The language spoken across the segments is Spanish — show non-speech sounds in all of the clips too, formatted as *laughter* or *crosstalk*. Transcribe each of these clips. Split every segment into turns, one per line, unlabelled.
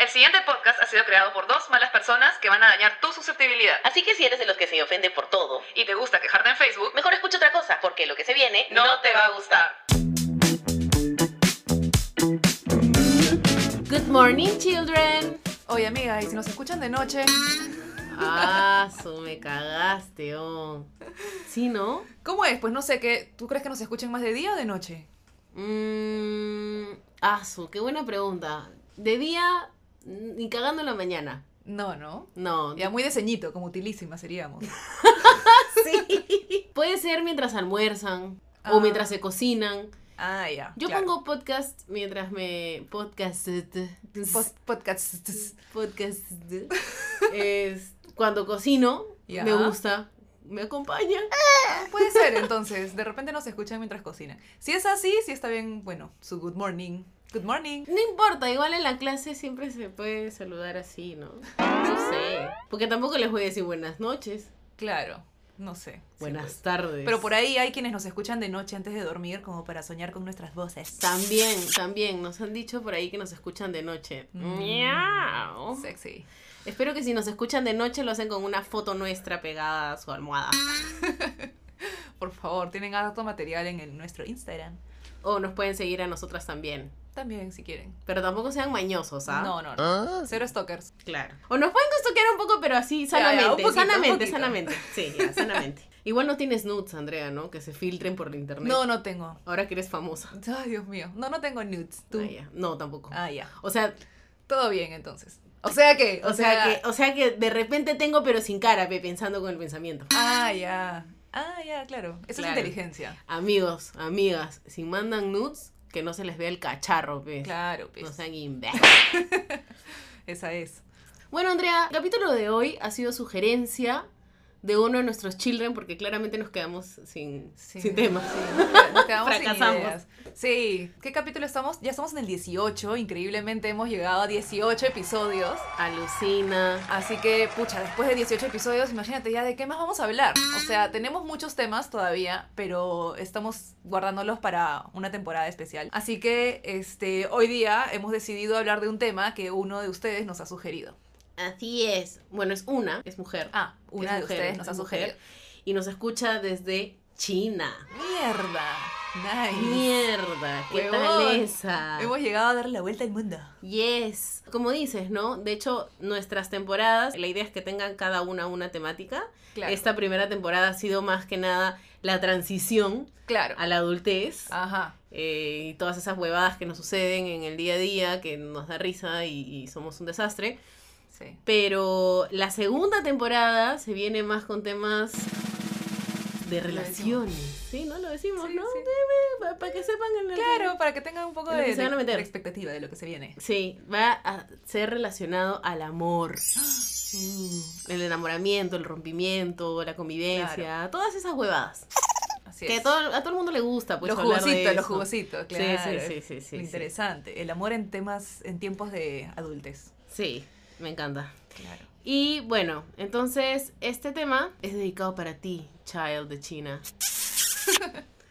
El siguiente podcast ha sido creado por dos malas personas que van a dañar tu susceptibilidad.
Así que si eres de los que se ofende por todo,
Y te gusta quejarte en Facebook,
mejor escucha otra cosa, porque lo que se viene
no, te va a gustar.
Good morning, children.
Oye, amiga, y si nos escuchan de noche,
Ah, su, me cagaste, oh. ¿Sí, no?
¿cómo es? Pues no sé, ¿qué, ¿tú crees que nos escuchen más de día o de noche?
Mmm. Ah, su, qué buena pregunta. De día, mm, ni cagando en la mañana.
No, ¿no?
No,
Ya muy de ceñito, como utilísima seríamos.
*laughs* sí. Puede ser mientras almuerzan
Ah.
o mientras se cocinan.
Ah, ya.
Yo
claro.
pongo podcast mientras me. Podcast.
Pos- podcast.
podcast. *laughs* Es, cuando cocino,
Ya.
me gusta. Me acompaña.
Ah, Puede ser, entonces, de repente nos escuchan mientras cocinan. Si es así, si está bien, bueno, su good morning. Good morning.
No importa, igual en la clase siempre se puede saludar así, ¿no? No sé. Porque tampoco les voy a decir buenas noches,
Claro, no sé.
buenas tardes.
Pero por ahí hay quienes nos escuchan de noche antes de dormir, como para soñar con nuestras voces.
También, también, nos han dicho por ahí que nos escuchan de noche.
Mm.
Miau.
Sexy.
Espero que si nos escuchan de noche lo hacen con una foto nuestra pegada a su almohada.
Por favor, tienen harto material en el- nuestro Instagram.
O nos pueden seguir a nosotras también.
También, si quieren.
Pero tampoco sean mañosos, ¿ah?
No, no, no. Cero stalkers.
Claro. O nos pueden costoquear un poco, pero así,
Ya, ya,
sanamente.
un poquito, un
sanamente,
poquito.
sanamente. Sí, ya, sanamente. *laughs* Igual no tienes nudes, Andrea, ¿no? Que se filtren por internet.
No, no tengo.
Ahora que eres famosa.
Ay, Dios mío. No, no tengo nudes. ¿Tú?
Ah, ya. No, tampoco.
Ah, ya.
O sea,
Todo bien, entonces. O sea que,
o, sea, que, o sea que de repente tengo, pero sin cara, pe, pensando con el pensamiento.
Ah, ya. Ah, ya, claro. Eso
Claro.
es inteligencia.
Amigos, amigas, si mandan nudes, que no se les vea el cacharro, pe.
Claro, pues.
No sean imbéciles.
Esa es.
Bueno, Andrea, el capítulo de hoy ha sido sugerencia de uno de nuestros children, porque claramente nos quedamos sin,
Sí.
sin tema.
Sí, nos quedamos sin
Fracasamos.
ideas. Sí. ¿Qué capítulo estamos? Ya estamos en el 18. Increíblemente hemos llegado a 18 episodios.
Alucina.
Así que, pucha, después de 18 episodios, imagínate ya de qué más vamos a hablar. O sea, tenemos muchos temas todavía, pero estamos guardándolos para una temporada especial. Así que, este, hoy día hemos decidido hablar de un tema que uno de ustedes nos ha sugerido.
Así es. Bueno, es una, es mujer.
Ah, una de
Es mujer,
ustedes nos
es
ha
mujer.
sugerido.
Y nos escucha desde China.
¡Mierda! Nice.
Mierda, qué
Huevón.
tal esa.
Hemos llegado a darle la vuelta al mundo.
Yes. Como dices, ¿no? De hecho, nuestras temporadas, la idea es que tengan cada una una temática.
Claro.
Esta primera temporada ha sido más que nada la transición
Claro.
a la adultez
Ajá.
eh, y todas esas huevadas que nos suceden en el día a día, que nos da risa y- y somos un desastre.
Sí.
Pero la segunda temporada se viene más con temas de relaciones. Sí, ¿no? Lo decimos,
Sí,
¿no?
sí.
Para que sepan en el...
Claro, para que tengan un poco
En lo
de,
que se van
de-
a
de
meter.
expectativa de lo que se viene.
Sí, va a ser relacionado al amor, el enamoramiento, el rompimiento, la convivencia, todas esas huevadas.
Así
que
es.
a todo, a todo el mundo le gusta, pues.
los
hablar de
jugositos, los
eso.
jugositos,
Sí,
claro.
sí, sí, sí, sí,
Lo
sí.
interesante, el amor en temas, en tiempos de adultez.
Sí, me encanta.
Claro.
Y bueno, entonces este tema es dedicado para ti, Child de China.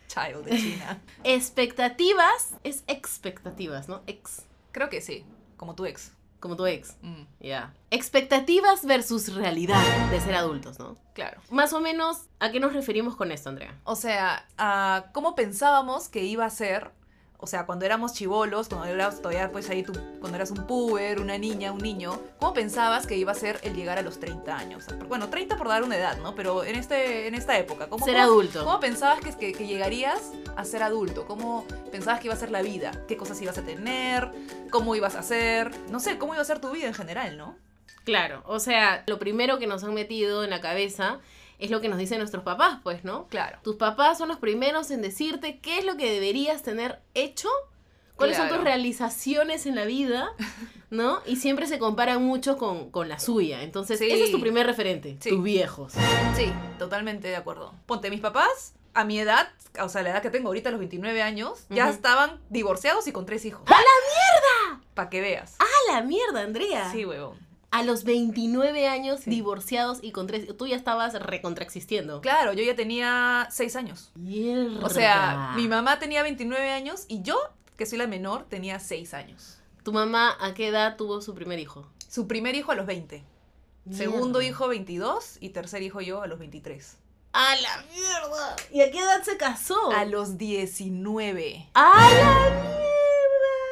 Child de
*laughs*
China.
Expectativas es expectativas, ¿no? Ex,
Creo que sí, como tu ex.
como tu ex.
Mm,
Ya. Expectativas versus realidad de ser adultos, ¿no?
claro.
Más o menos, ¿a qué nos referimos con esto, Andrea?
O sea, a cómo pensábamos que iba a ser, o sea, cuando éramos chivolos, cuando eras todavía, pues ahí tú, cuando eras un puber, una niña, un niño, ¿cómo pensabas que iba a ser el llegar a los 30 años? O sea, bueno, 30 por dar una edad, ¿no? Pero en, este, en esta época, ¿cómo,
Ser
cómo-
adulto.
¿Cómo pensabas que, que- que llegarías a ser adulto? ¿Cómo pensabas que iba a ser la vida? ¿Qué cosas ibas a tener? ¿Cómo ibas a ser? No sé, ¿cómo iba a ser tu vida en general, no?
Claro, o sea, lo primero que nos han metido en la cabeza es lo que nos dicen nuestros papás, pues, ¿no?
Claro.
Tus papás son los primeros en decirte qué es lo que deberías tener hecho, cuáles son
Claro.
tus realizaciones en la vida, ¿no? Y siempre se comparan mucho con, con la suya. Entonces,
Sí.
ese es tu primer referente,
Sí.
tus viejos.
Sí, totalmente de acuerdo. Ponte, mis papás, a mi edad, o sea, la edad que tengo ahorita, a los 29 años, ya
Ujú.
estaban divorciados y con tres hijos. ¡A la mierda! Para que veas.
¡A la mierda, Andrea!
Sí, huevón.
A los 29 años,
Sí.
divorciados y con tres. Tú ya estabas recontraexistiendo.
Claro, yo ya tenía 6 años.
Mierda.
O sea, mi mamá tenía 29 años y yo, que soy la menor, tenía 6 años.
¿Tu mamá a qué edad tuvo su primer hijo?
Su primer hijo a los 20. Segundo
Mierda.
hijo 22 y tercer hijo yo a los 23.
¡A la mierda! ¿Y a qué edad se casó?
A los 19.
¡A la mierda!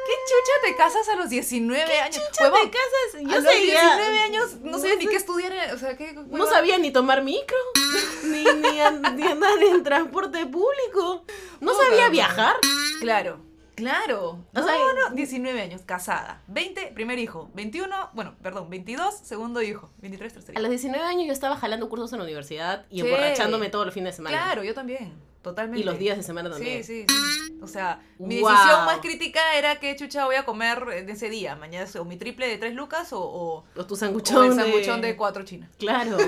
¿Qué chucha te casas a los 19 años? Huevón,
¿Te casas?
a
Yo
los
seguía.
19 años no, sabía ni
sé-
qué estudiar, o sea, qué
No
huevón.
sabía ni tomar micro, *laughs* ni, ni an- ni andar en transporte público. No
Puta
sabía
madre.
viajar.
Claro, claro.
O
no,
sea,
no, 19 años, casada. 20, primer hijo. 21, bueno, perdón, 22, segundo hijo. 23, tercer
A
hijo.
los 19 años yo estaba jalando cursos en la universidad y
Sí.
emborrachándome todos los fines de semana.
Claro, yo también. Totalmente.
Y los días de semana también.
Sí, sí, sí. O sea, mi
Guau.
decisión más crítica era qué chucha voy a comer en ese día. Mañana o mi triple de tres lucas o, o-
O tu
o
sanguchón.
el sanguchón de cuatro chinas. *laughs*
Claro.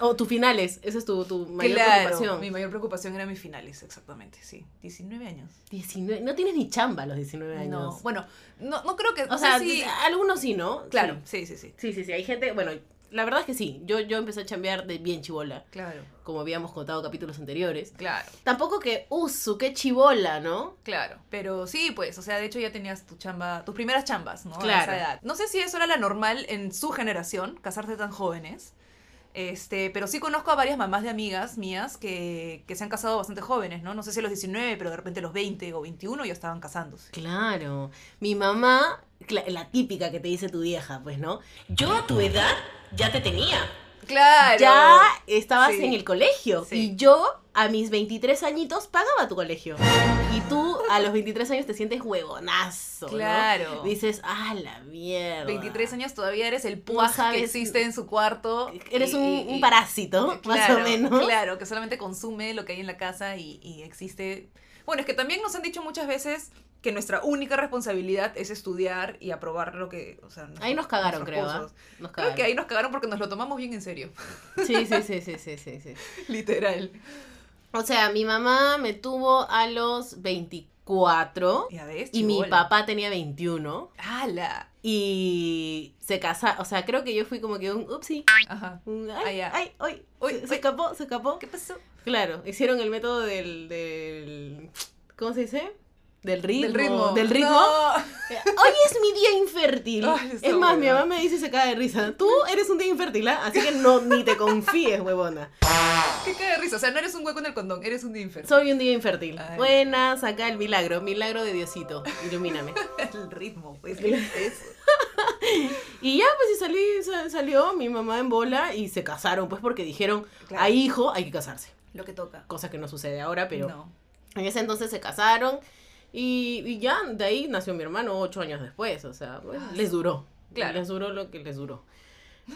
o tus finales. Esa es tu, tu mayor preocupación.
mi mayor preocupación era mis finales, exactamente, sí. 19 años.
19 no tienes ni chamba a los 19 años.
No, bueno, no, no creo que...
o sea,
sí,
algunos sí, ¿no?
claro, sí, sí, sí,
Sí, sí, sí. sí, Hay gente. Bueno, la verdad es que sí. Yo, yo empecé a chambear de bien chibola,
claro,
como habíamos contado capítulos anteriores.
claro.
Tampoco que, usu, qué chibola, ¿no?
Claro, pero sí, pues, o sea, de hecho ya tenías tu chamba, tus primeras chambas, ¿no? A
Claro.
esa edad. No sé si eso era la normal en su generación, casarse tan jóvenes. Este, pero sí conozco a varias mamás de amigas mías que, que se han casado bastante jóvenes, ¿no? No sé si a los 19, pero de repente a los 20 o 21 ya estaban casándose.
Claro. Mi mamá, cla- la típica que te dice tu vieja, pues, ¿no? Yo a tu edad ya te tenía.
Claro.
Ya estabas
Sí.
en el colegio.
Sí.
Y yo, a mis 23 añitos, pagaba tu colegio. Y tú, a los 23 años, te sientes huevonazo. ¿no?
Claro.
Dices, ah, la mierda.
23 años todavía eres el puaj
sabes-
que existe en su cuarto.
Eres
y-
un,
y-
un
y-
parásito, *laughs* más o
Claro,
menos.
Claro, que solamente consume lo que hay en la casa y, y existe. Bueno, es que también nos han dicho muchas veces que nuestra única responsabilidad es estudiar y aprobar lo que. O sea,
Ahí nos cagaron,
nuestros
creo, ¿ah?
cursos.
Nos
Creo que
cagaron.
ahí nos cagaron porque nos lo tomamos bien en serio, *laughs*
Sí, sí, sí, sí, sí, sí, sí.
literal.
O sea, mi mamá me tuvo a los 24
Ya ves,
y mi
chibola.
papá tenía 21
¡Hala!
y se casa, o sea, creo que yo fui como que un upsi,
Ajá.
un
Ah,
ay,
ya.
ay, ay,
Uy,
se, se
uy.
escapó, se escapó.
¿Qué pasó?
Claro, hicieron el método del, del ¿cómo se dice? Del ritmo,
Del ritmo.
del ritmo.
No. *laughs*
Eh, Hoy es mi día infértil.
Ay, esa
es más, mi
huevona.
mamá me dice y se cae de risa. Tú eres un día infértil, ¿ah? Así que no, ni te confíes, huevona.
¡Qué cae de risa! O sea, no eres un hueco en el condón, eres un dinfer.
Soy un día infértil.
Ay.
Buenas, acá el milagro, milagro de Diosito. Ilumíname.
*laughs* El ritmo,
*laughs*
pues. ¿qué es eso?
Y ya, pues, y salí, sa- salió mi mamá en bola y se casaron, pues, porque dijeron,
Claro.
a hijo hay que casarse.
Lo que toca.
Cosa que no sucede ahora, pero
No.
en ese entonces se casaron. Y, y ya de ahí nació mi hermano ocho años después, o sea, pues, les duró.
Claro.
Les duró lo que les duró.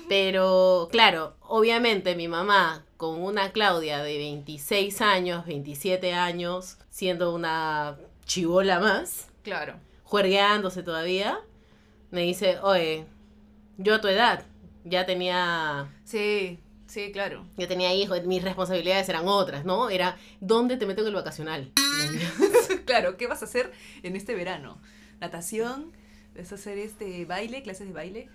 Pero, claro, obviamente mi mamá, con una Claudia de 26 años, 27 años, siendo una chivola más,
Claro.
juergueándose todavía, me dice, oye, yo a tu edad ya tenía,
Sí, sí, claro.
ya tenía hijos, mis responsabilidades eran otras, ¿no? Era, ¿dónde te meto en el vacacional?
*laughs* Claro, ¿qué vas a hacer en este verano? Natación, vas a hacer este baile, clases de baile.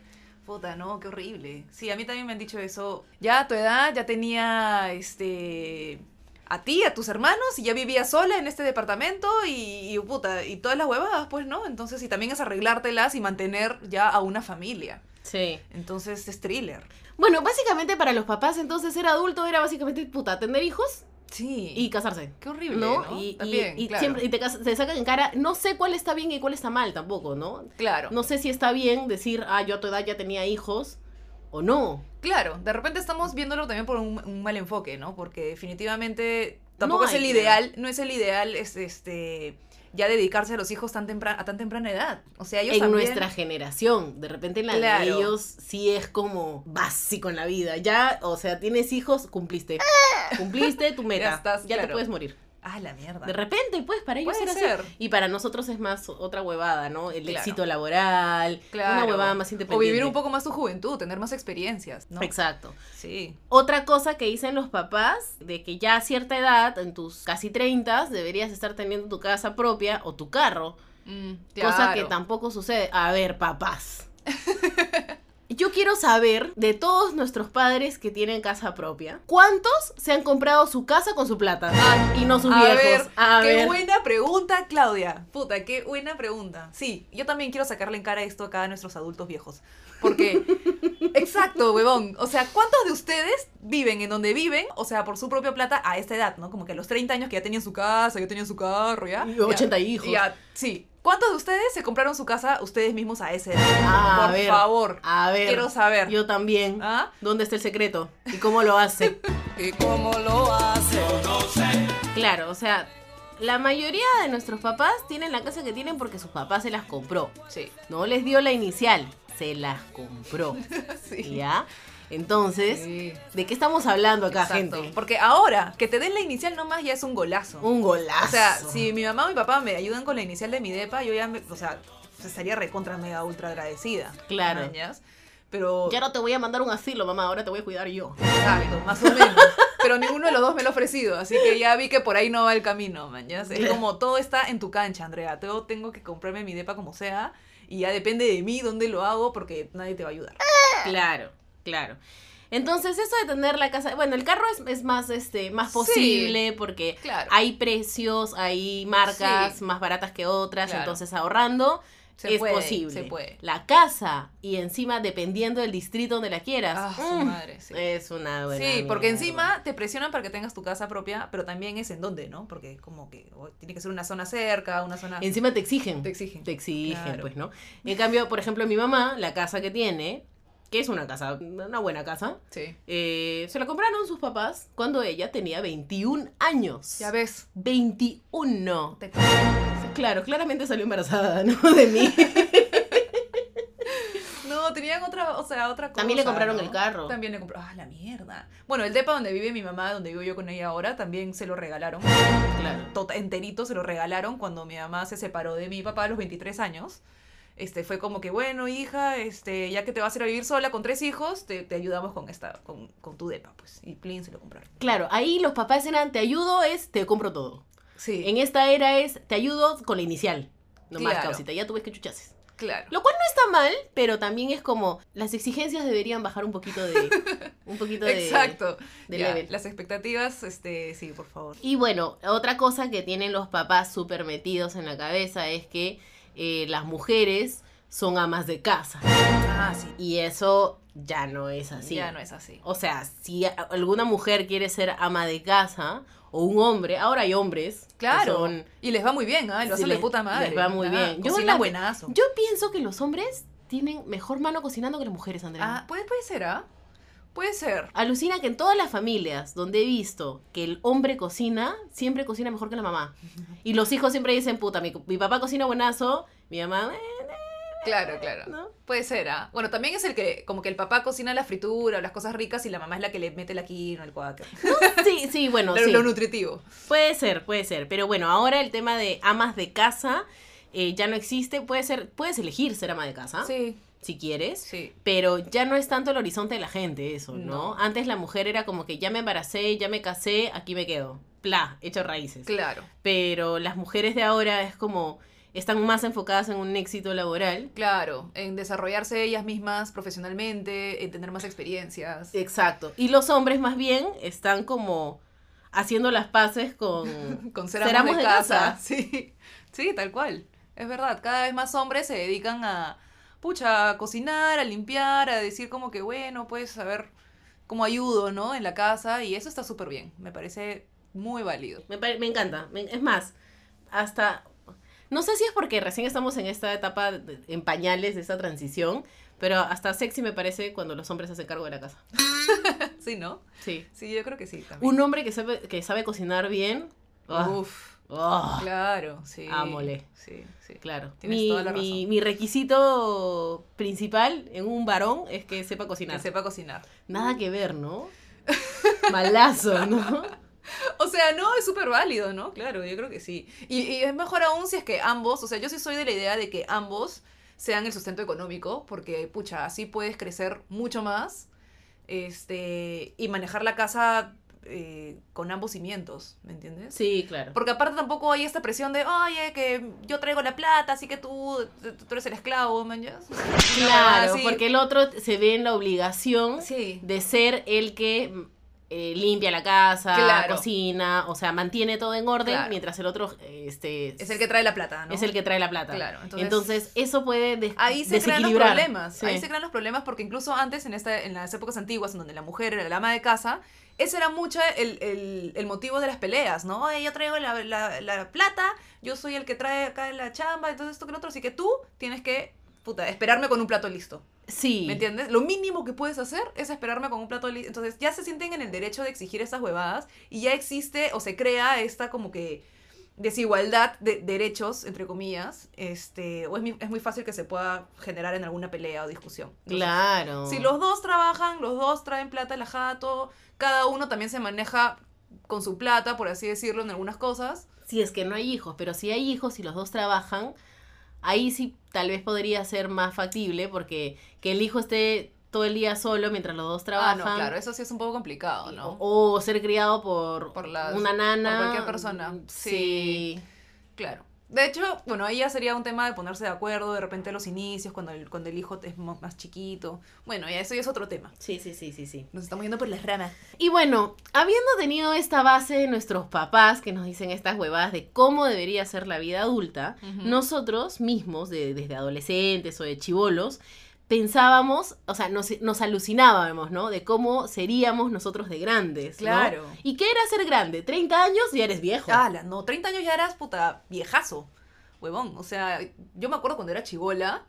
Puta, no, qué horrible. Sí, a mí también me han dicho eso. Ya a tu edad ya tenía este a ti, a tus hermanos y ya vivía sola en este departamento y, y, puta, y todas las huevadas, pues, ¿no? Entonces, y también es arreglártelas y mantener ya a una familia.
Sí.
Entonces, es thriller.
Bueno, básicamente para los papás entonces ser adulto era básicamente, puta, tener hijos
Sí.
y casarse.
qué horrible,
¿No?
¿no?
Y, y-
también,
y
claro.
siempre y te, cas- te sacan en cara, no sé cuál está bien y cuál está mal tampoco, ¿no?
Claro.
No sé si está bien decir, ah, yo a tu edad ya tenía hijos o no.
Claro, de repente estamos viéndolo también por un, un mal enfoque, ¿no? Porque definitivamente tampoco
No
es el
hay,
ideal, no es el ideal es este ya dedicarse a los hijos tan temprana, a tan temprana edad. O sea, ellos
en
también
nuestra generación. De repente en la
Claro.
de ellos sí es como básico en la vida. Ya, o sea, tienes hijos,
*laughs*
cumpliste. Cumpliste tu meta.
Ya estás,
te
claro.
puedes morir.
Ah, la mierda.
De repente, pues, para ellos
Puede
era
ser.
así. Y para nosotros es más otra huevada, ¿no? El
Claro.
éxito laboral,
Claro.
una huevada más
o
independiente.
vivir un poco más tu juventud, tener más experiencias, ¿no?
Exacto.
Sí.
Otra cosa que dicen los papás, de que ya a cierta edad, en tus casi 30, deberías estar teniendo tu casa propia o tu carro.
Mm,
Cosa que
claro.
tampoco sucede. A ver, papás. *laughs* Yo quiero saber de todos nuestros padres que tienen casa propia, ¿cuántos se han comprado su casa con su plata?
Ay,
y no sus
a
viejos.
ver,
a
qué
ver.
buena pregunta, Claudia. Puta, qué buena pregunta. Sí, yo también quiero sacarle en cara esto acá a nuestros adultos viejos.
*laughs*
Porque, exacto, huevón. O sea, ¿cuántos de ustedes viven en donde viven? O sea, por su propia plata a esta edad, ¿no? Como que a los 30 años que ya tenían su casa, ya tenían su carro, ¿ya?
Y
Ya,
80 hijos.
Ya, sí. ¿Cuántos de ustedes se compraron su casa ustedes mismos a esa edad?
Ah,
por
a ver.
favor,
A ver.
quiero saber.
Yo también.
¿Ah?
¿Dónde está el secreto? ¿Y cómo
*laughs*
lo hace?
¿Y cómo lo hace?
claro, o sea, la mayoría de nuestros papás tienen la casa que tienen porque sus papás se las compró.
Sí,
No les dio la inicial, se las compró.
*laughs* sí.
¿Ya? Entonces,
Sí.
¿de qué estamos hablando acá,
Exacto,
gente?
Porque ahora, que te den la inicial nomás ya es un golazo.
Un golazo.
O sea, si mi mamá o mi papá me ayudan con la inicial de mi depa, yo ya, me- o sea, estaría recontra mega ultra agradecida.
Claro.
Mañas. Pero,
Ya no te voy a mandar un asilo, mamá, ahora te voy a cuidar yo.
exacto, más o menos. Pero ninguno de los dos me lo ha ofrecido, así que ya vi que por ahí no va el camino, mañas. Es
Claro.
como todo está en tu cancha, Andrea. Todo tengo que comprarme mi depa como sea y ya depende de mí dónde lo hago porque nadie te va a ayudar.
Claro, claro. Entonces, eso de tener la casa, bueno, el carro es, es más este más posible porque
Claro.
hay precios, hay marcas
Sí.
más baratas que otras,
Claro.
entonces ahorrando
Se
es
puede,
posible.
Se puede.
La casa y encima dependiendo del distrito donde la quieras.
Ah, su
mm,
madre, sí.
Es una buena
Sí, porque
mierda.
encima te presionan para que tengas tu casa propia, pero también es en dónde, ¿no? Porque como que o tiene que ser una zona cerca, una zona...
encima te exigen.
Te exigen.
Te exigen,
Claro.
pues, ¿no? En cambio, por ejemplo, mi mamá, la casa que tiene, que es una casa, una buena casa,
Sí.
eh, se la compraron sus papás cuando ella tenía 21 años.
Ya ves.
21.
Te-
Claro, claramente salió embarazada, *laughs* ¿no?
*laughs*
De mí.
No, tenían otra, o sea, otra cosa.
También le compraron
¿no?
el carro.
También le compraron... Ah, la mierda. Bueno, el depa donde vive mi mamá, donde vivo yo con ella ahora, también se lo regalaron.
Claro.
Tot- enterito se lo regalaron cuando mi mamá se separó de mi papá a los 23 años. Este, fue como que, bueno, hija, este, ya que te vas a ir a vivir sola con tres hijos, te, te ayudamos con esta, con, con tu depa, pues. Y Plin se lo compraron.
Claro, ahí los papás eran, te ayudo es, te compro todo.
Sí.
En esta era es, te ayudo con la inicial. No más
Claro.
causita, ya tú ves que chuchaces.
Claro.
Lo cual no está mal, pero también es como, las exigencias deberían bajar un poquito
*laughs*
de... Un poquito de...
Exacto.
de
Ya,
level.
Las expectativas, este, sí, por favor.
Y bueno, otra cosa que tienen los papás súper metidos en la cabeza es que eh, las mujeres son amas de casa.
Ah, sí.
Y eso ya no es así.
Ya no es así.
O sea, si a- alguna mujer quiere ser ama de casa o un hombre, ahora hay hombres. que
Claro.
son-
Y les va muy bien, ¿ah? Lo
Sí,
hacen
les-
de puta madre.
les va muy
Ah,
bien. Yo
Cocinan
la-
buenazo.
yo pienso que los hombres tienen mejor mano cocinando que las mujeres, Andrea.
Ah, puede, puede ser, ¿ah? Puede ser.
Alucina que en todas las familias donde he visto que el hombre cocina, siempre cocina mejor que
*laughs*
la mamá. Y los hijos siempre dicen, puta, mi, mi papá cocina buenazo, mi mamá, eh,
Claro, claro.
¿no?
Puede ser, ¿ah? Bueno, también es el que, como que el papá cocina la fritura o las cosas ricas y la mamá es la que le mete la quinoa, el cuaca.
eh, Sí, sí,
*laughs*
bueno,
Lo-
sí.
Lo nutritivo.
Puede ser, puede ser. Pero bueno, ahora el tema de amas de casa eh, ya no existe. Puede ser, puedes elegir ser ama de casa,
Sí,
si quieres.
sí.
Pero ya no es tanto el horizonte de la gente eso, ¿no?
No.
Antes la mujer era como que ya me embaracé, ya me casé, aquí me quedo. Pla, hecho raíces.
Claro,
Pero las mujeres de ahora es como están más enfocadas en un éxito laboral.
claro. En desarrollarse ellas mismas profesionalmente, en tener más experiencias.
Exacto. Y los hombres más bien están como haciendo las paces
*laughs*
con...
Con
Ser
ser amos
amos
de
de
casa. *laughs*
casa.
Sí, sí, tal cual. Es verdad, cada vez más hombres se dedican a, pucha, a cocinar, a limpiar, a decir como que, bueno, pues, a ver, cómo ayudo, ¿no? En la casa. Y eso está súper bien. Me parece muy válido. *laughs*
Me, pare- me encanta. Me- es más, hasta... No sé si es porque recién estamos en esta etapa de- en pañales de esta transición, pero hasta sexy me parece cuando los hombres se hacen cargo de la casa.
Sí, ¿no?
Sí.
Sí, yo creo que sí. También.
Un hombre que sabe, que sabe cocinar bien. ah,
Uf,
ah,
claro, sí.
Ámole.
Sí, sí.
claro.
Tienes
Mi,
toda la
mi-
razón.
mi requisito principal en un varón es que sepa cocinar.
Que sepa cocinar.
Nada que ver, ¿no? Malazo, ¿no?
O sea, no, es súper válido, ¿no? Claro, yo creo que sí. Y, y es mejor aún si es que ambos, o sea, yo sí soy de la idea de que ambos sean el sustento económico, porque, pucha, así puedes crecer mucho más este, y manejar la casa eh, con ambos cimientos, ¿me entiendes?
Sí, claro.
Porque aparte tampoco hay esta presión de, oye, que yo traigo la plata, así que tú, tú eres el esclavo, man. ¿ya?
Claro,
Sí.
porque el otro se ve en la obligación
Sí.
de ser el que mm, eh, limpia la casa,
Claro.
cocina, o sea, mantiene todo en orden,
Claro.
mientras el otro este,
Es el que trae la plata, ¿no?
es el que trae la plata.
Claro,
entonces,
entonces-
eso puede des-
Ahí se crean los
desequilibrar.
problemas.
Sí.
Ahí se crean los problemas porque incluso antes, en, esta, en las épocas antiguas, en donde la mujer era la ama de casa, ese era mucho el, el- el motivo de las peleas, ¿no? Oye, yo traigo la, la- la plata, yo soy el que trae acá la chamba, entonces esto que lo otro, así que tú tienes que, puta, esperarme con un plato listo.
Sí.
¿Me entiendes? Lo mínimo que puedes hacer es esperarme con un plato listo. Entonces ya se sienten en el derecho de exigir esas huevadas y ya existe o se crea esta como que desigualdad de derechos, entre comillas, este, o es, mi- es muy fácil que se pueda generar en alguna pelea o discusión. Entonces,
Claro.
Si los dos trabajan, los dos traen plata a la jato, cada uno también se maneja con su plata, por así decirlo, en algunas cosas.
Si es que no hay hijos, pero si hay hijos y los dos trabajan, ahí sí tal vez podría ser más factible porque que el hijo esté todo el día solo mientras los dos
Ah,
trabajan.
no, claro, eso sí es un poco complicado, ¿no?
O, o ser criado por,
Por las-
una nana.
por cualquier persona.
Mm,
Sí. Claro. De hecho, bueno, ahí ya sería un tema de ponerse de acuerdo, de repente los inicios, cuando el, cuando el hijo es mo- más chiquito. Bueno, ya eso ya es otro tema.
Sí, sí, sí, sí, sí.
Nos estamos yendo por las ramas.
Y bueno, habiendo tenido esta base de nuestros papás que nos dicen estas huevadas de cómo debería ser la vida adulta,
Ujú.
nosotros mismos, de- desde adolescentes o de chivolos, pensábamos, o sea, nos, nos alucinábamos, ¿no? De cómo seríamos nosotros de grandes. ¿no?
Claro. Ah.
¿Y qué era ser grande? 30 años ya eres viejo.
Ala, no, 30 años ya eras puta viejazo, huevón. O sea, yo me acuerdo cuando era chivola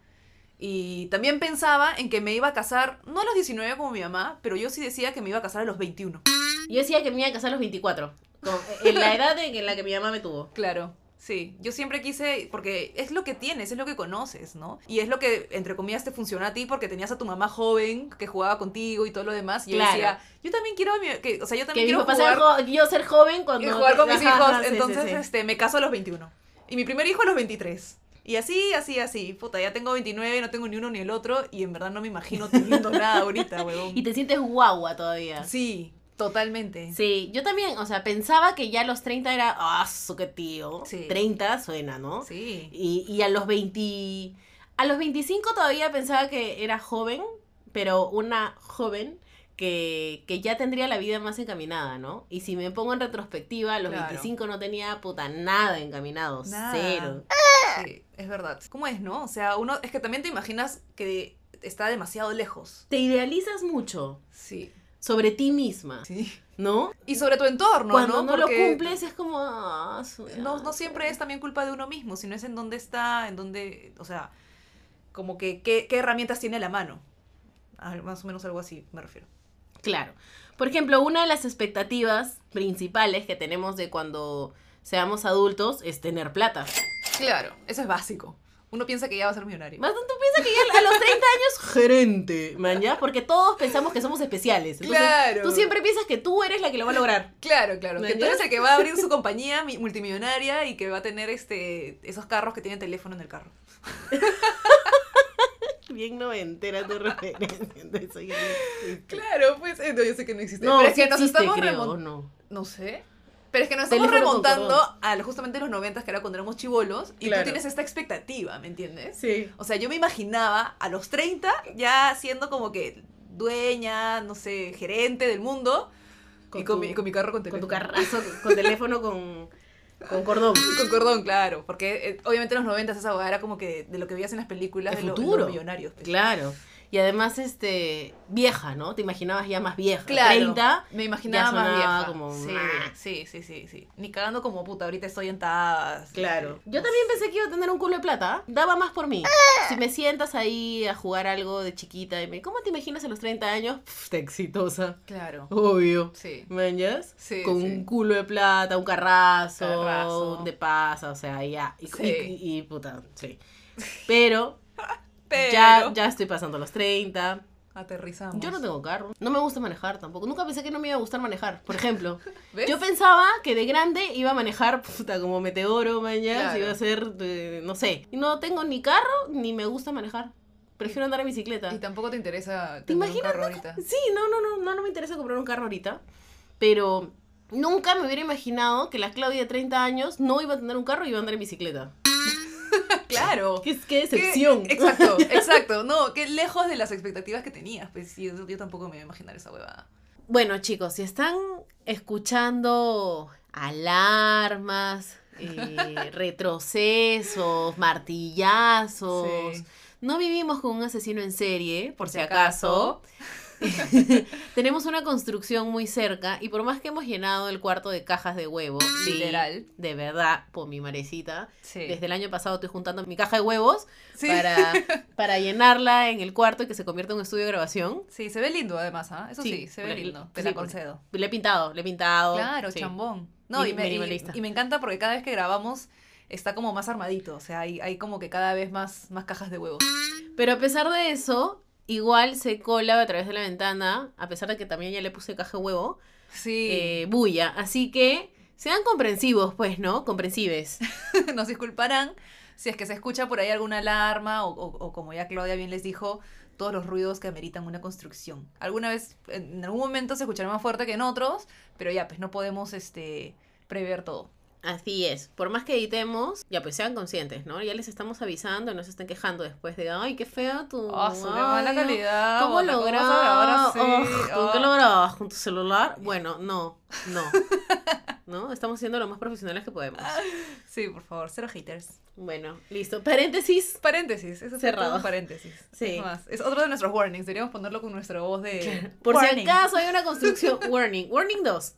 y también pensaba en que me iba a casar, no a los 19 como mi mamá, pero yo sí decía que me iba a casar a los 21.
Yo decía que me iba a casar a los 24, con-
*laughs*
en la edad en que- en la que mi mamá me tuvo.
Claro. Sí, yo siempre quise, porque es lo que tienes, es lo que conoces, ¿no? Y es lo que, entre comillas, te funcionó a ti porque tenías a tu mamá joven que jugaba contigo y todo lo demás. Y
Claro.
yo decía, yo también quiero, a mi- que, o sea, yo
Que
también
mi
quiero
papá
jugar,
ser jo- yo ser joven
y
cuando...
jugar con mis
*laughs* Ajá,
hijos.
ajá, sí, sí,
Entonces,
sí.
este, me caso a los 21. Y mi primer hijo a los 23. Y así, así, así. Puta, ya tengo 29, no tengo ni uno ni el otro. Y en verdad no me imagino
*laughs*
teniendo nada ahorita, huevón.
Y te sientes guagua todavía. Sí.
Sí, totalmente.
yo también, o sea, pensaba que ya a los 30 era, ah, su que tío.
Sí.
30 suena, ¿no?
Sí.
Y, y a los 20, a los 25 todavía pensaba que era joven, pero una joven que, que ya tendría la vida más encaminada, ¿no? Y si me pongo en retrospectiva, a los
Claro.
25 no tenía puta nada encaminado,
Nada.
cero.
Sí, es verdad. ¿Cómo es, no? O sea, uno es que también te imaginas que está demasiado lejos.
Te idealizas mucho
Sí.
sobre ti misma,
Sí.
¿no?
Y sobre tu entorno,
Cuando
¿no?
no,
Porque
lo cumples es como... "Ah, su-
No, no siempre es también culpa de uno mismo, sino es en dónde está, en dónde, o sea, como que qué, qué herramientas tiene a la mano. Ah, Más o menos algo así me refiero.
Claro. Por ejemplo, una de las expectativas principales que tenemos de cuando seamos adultos es tener plata.
Claro, eso es básico. Uno piensa que ya va a ser millonario.
Más tanto piensa que ya a
*laughs*
los 30 años gerente, mañana, porque todos pensamos que somos especiales. Entonces,
Claro.
Tú siempre piensas que tú eres la que lo va a lograr.
Claro, claro.
¿Me
Que tú
entiendes?
eres el que va a abrir *laughs* su compañía mi- multimillonaria y que va a tener este esos carros que tienen teléfono en el carro.
Bien noventera tu *laughs* referencia. entonces, oye, no existe.
Claro, pues eh, no, yo sé que no existe.
No,
pero es que
sí
nos
existe,
estamos
creo,
remon-
no.
No sé. Pero es que nos estamos
Teléfono con
remontando
cordón.
a justamente los noventas, que era cuando éramos chivolos, y
Claro.
tú tienes esta expectativa, ¿me entiendes?
Sí.
O sea, yo me imaginaba a los 30 ya siendo como que dueña, no sé, gerente del mundo,
Con
y con,
tu-
mi, con mi carro con teléfono.
Con tu carrazo, con teléfono, con, con cordón.
Con cordón, claro, porque eh, obviamente en los 90 esa hueá era como que de lo que veías en las películas
El
de, lo- de
futuro.
los millonarios. pues.
Claro. Y además, este, vieja, ¿no? Te imaginabas ya más vieja. 30
me imaginaba
ya
más
sonaba
vieja.
como,
sí,
"Ah".
sí, sí, sí, sí. Ni cagando como puta, ahorita estoy en tabas.
Claro. Yo también pensé que iba a tener un culo de plata. ¿ah? Daba más por mí. Si me sientas ahí a jugar algo de chiquita y me, ¿cómo te imaginas a los 30 años? Pff, te exitosa.
Claro.
Obvio.
Sí.
¿Mañas?
Sí,
Con
sí.
un culo de plata, un carrazo,
Carrazo.
un de pasa, o sea, ya. Y,
Sí.
y- y- y puta, sí. Pero,
*laughs* Pero
Ya, ya estoy pasando los 30.
aterrizamos.
Yo no tengo carro. No me gusta manejar tampoco. Nunca pensé que no me iba a gustar manejar. Por ejemplo,
¿Ves?
yo pensaba que de grande iba a manejar puta como meteoro mañana,
Claro.
iba a ser, eh, no sé. Y no tengo ni carro ni me gusta manejar. Prefiero andar en bicicleta.
Y tampoco te interesa
¿Te
tener un
imaginas
carro ahorita.
Sí, no, no, no, no, no me interesa comprar un carro ahorita. Pero nunca me hubiera imaginado que la Claudia de 30 años no iba a tener un carro y iba a andar en bicicleta.
Claro. *laughs*
Qué, qué
Que-
decepción.
exacto,
*laughs*
exacto. No, que lejos de las expectativas que tenías. Pues sí, yo, yo tampoco me iba a imaginar esa huevada.
Bueno, chicos, si están escuchando alarmas,
*laughs*
eh, retrocesos, martillazos,
Sí.
no vivimos con un asesino en serie, por
si
si acaso. *laughs* Tenemos una construcción muy cerca y por más que hemos llenado el cuarto de cajas de huevos, sí,
Literal.
de verdad, por mi marecita,
Sí.
desde el año pasado estoy juntando mi caja de huevos
Sí. *laughs*
para, para llenarla en el cuarto y que se convierta en un estudio de grabación.
Sí, se ve lindo además, ¿ah? Eso sí,
Sí,
se ve
por el-
lindo. Te
sí,
la
por-
concedo.
Le he pintado, le he pintado.
Claro,
sí.
chambón. No, y
Minim-
me, y-
minimalista.
y me encanta porque cada vez que grabamos está como más armadito. O sea, hay, hay como que cada vez más, más cajas de huevos.
Pero a pesar de eso, igual se cola a través de la ventana, a pesar de que también ya le puse caja de huevo,
Sí.
eh, bulla. Así que sean comprensivos, pues, ¿no? Comprensives.
*laughs* nos disculparán si es que se escucha por ahí alguna alarma o, o- o como ya Claudia bien les dijo, todos los ruidos que ameritan una construcción. Alguna vez, en en algún momento se escuchará más fuerte que en otros, pero ya, pues no podemos este, prever todo.
*laughs* Así es. Por más que editemos, ya pues sean conscientes, ¿no? Ya les estamos avisando, no se estén quejando después de, ay, qué feo tu...
Ah, su, qué mala
ay, no".
calidad!
¿Cómo
bota,
lograr?
vas a grabar así?
¿Con qué
Ah.
lo grabas? ¿Con tu *laughs* celular? Bueno, no, *laughs* no. ¿No? Estamos siendo lo más profesionales que podemos.
Sí, por favor, cero haters.
Bueno, listo. Paréntesis.
Paréntesis, eso fue todo
Cerrado.
un paréntesis.
Sí.
No más. Es otro de nuestros warnings, deberíamos ponerlo con nuestra voz de...
Por si
warning.
acaso hay una construcción. Warning. Warning 2.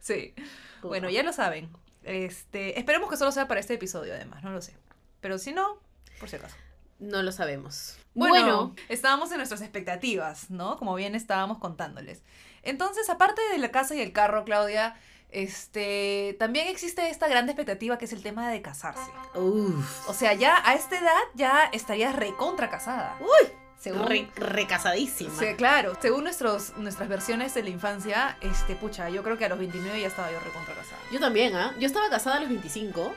Sí. Bueno, ya lo saben. Este, esperemos que solo sea para este episodio, además, no lo sé. Pero si no, por si acaso.
No lo sabemos.
Bueno,
Bueno.
estábamos en nuestras expectativas, ¿no? Como bien estábamos contándoles. Entonces, aparte de la casa y el carro, Claudia, este, también existe esta gran expectativa que es el tema de casarse.
Uff.
O sea, ya a esta edad ya estarías recontra casada.
Uy,
según
recasadísima.
Sí, claro, según nuestros, nuestras versiones de la infancia, este, pucha, yo creo que a los 29 ya estaba yo recontra casada.
Yo también, ¿ah? Yo estaba casada a los 25.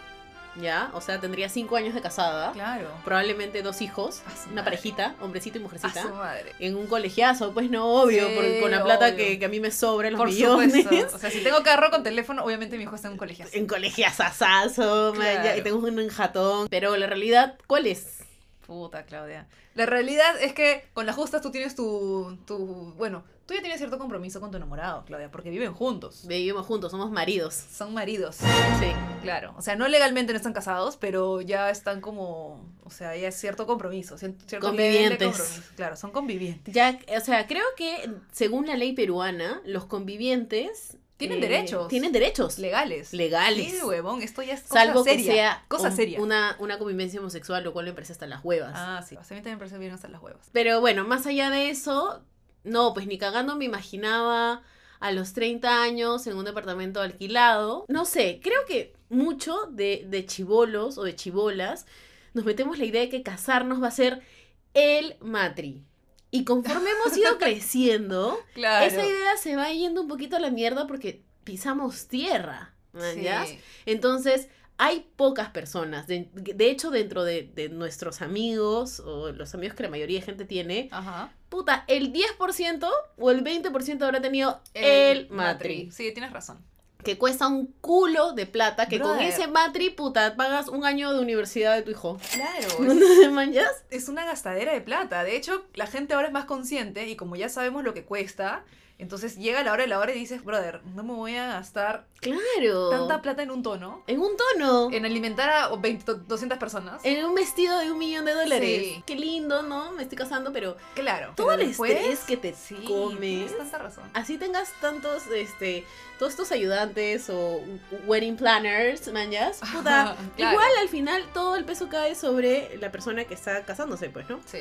Ya. O sea, tendría 5 años de casada.
Claro.
Probablemente dos hijos.
A su
Una
madre.
parejita, hombrecito
A
y
su
mujercita.
madre.
En un colegiazo, pues no, obvio,
Sí,
porque con la plata
obvio.
que, que a mí me sobra, los
Por
millones.
supuesto. O sea, si tengo carro con teléfono, obviamente mi hijo está en un colegio.
*laughs* En colegiazazazo, man, ya,
Claro.
y tengo un jatón. Pero la realidad, ¿cuál es?
Puta, Claudia. La realidad es que con las justas tú tienes tu, tu... Bueno, tú ya tienes cierto compromiso con tu enamorado, Claudia, porque viven juntos.
Vivimos juntos, somos maridos.
Son maridos,
Sí.
claro. O sea, no legalmente no están casados, pero ya están como... O sea, ya es cierto compromiso. cier- Cierto nivel de
Convivientes.
compromiso. Claro, son convivientes.
Ya, o sea, creo que según la ley peruana, los convivientes eh,
Tienen derechos.
Tienen derechos
Legales.
legales.
Sí, huevón, esto ya es cosa
salvo
seria.
que sea
cosa
un-
seria.
Una, una convivencia homosexual, lo cual me parece hasta las huevas.
Ah, sí. O sea, a mí también me parece bien hacer las huevas.
Pero bueno, más allá de eso, no, pues ni cagando me imaginaba a los 30 años en un departamento alquilado. No sé, creo que mucho de, de chivolos o de chivolas nos metemos la idea de que casarnos va a ser el matri. Y conforme hemos
*laughs*
ido creciendo,
Claro.
esa idea se va yendo un poquito a la mierda porque pisamos tierra. ¿ya?
Sí.
Entonces, hay pocas personas. De, de hecho, dentro de, de nuestros amigos o los amigos que la mayoría de gente tiene,
Ajá.
puta, el 10% o el 20% habrá tenido el, matri.
Sí, tienes razón.
Que cuesta un culo de plata, que con
Brother.
ese matri, puta, pagas un año de universidad de tu hijo.
Claro, es,
*laughs* ¿No manchas?
es una gastadera de plata. De hecho, la gente ahora es más consciente y como ya sabemos lo que cuesta, entonces llega la hora de la hora y dices, brother, no me voy a gastar
Claro.
tanta plata en un tono,
en un tono.
en alimentar a 20, 200 personas.
En un vestido de un millón de dólares.
Sí.
Qué lindo, ¿no? Me estoy casando, pero
claro.
todo
pero
el
después-
estrés que te
Sí,
comes.
tienes tanta razón.
Así tengas tantos, este, todos estos ayudantes o wedding planners, manjas, puta.
*laughs* Claro.
Igual al final todo el peso cae sobre la persona que está casándose, pues, ¿no?
Sí.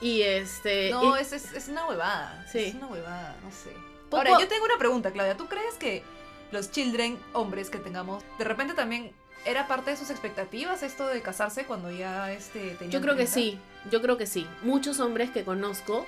Y este.
No,
y-
es, es, es una huevada.
Sí.
Es una huevada, no sé.
Poco-
Ahora, yo tengo una pregunta, Claudia. ¿Tú crees que los children, hombres que tengamos, de repente también era parte de sus expectativas esto de casarse cuando ya este, tenían
yo creo que
30?
sí, yo creo que sí. Muchos hombres que conozco,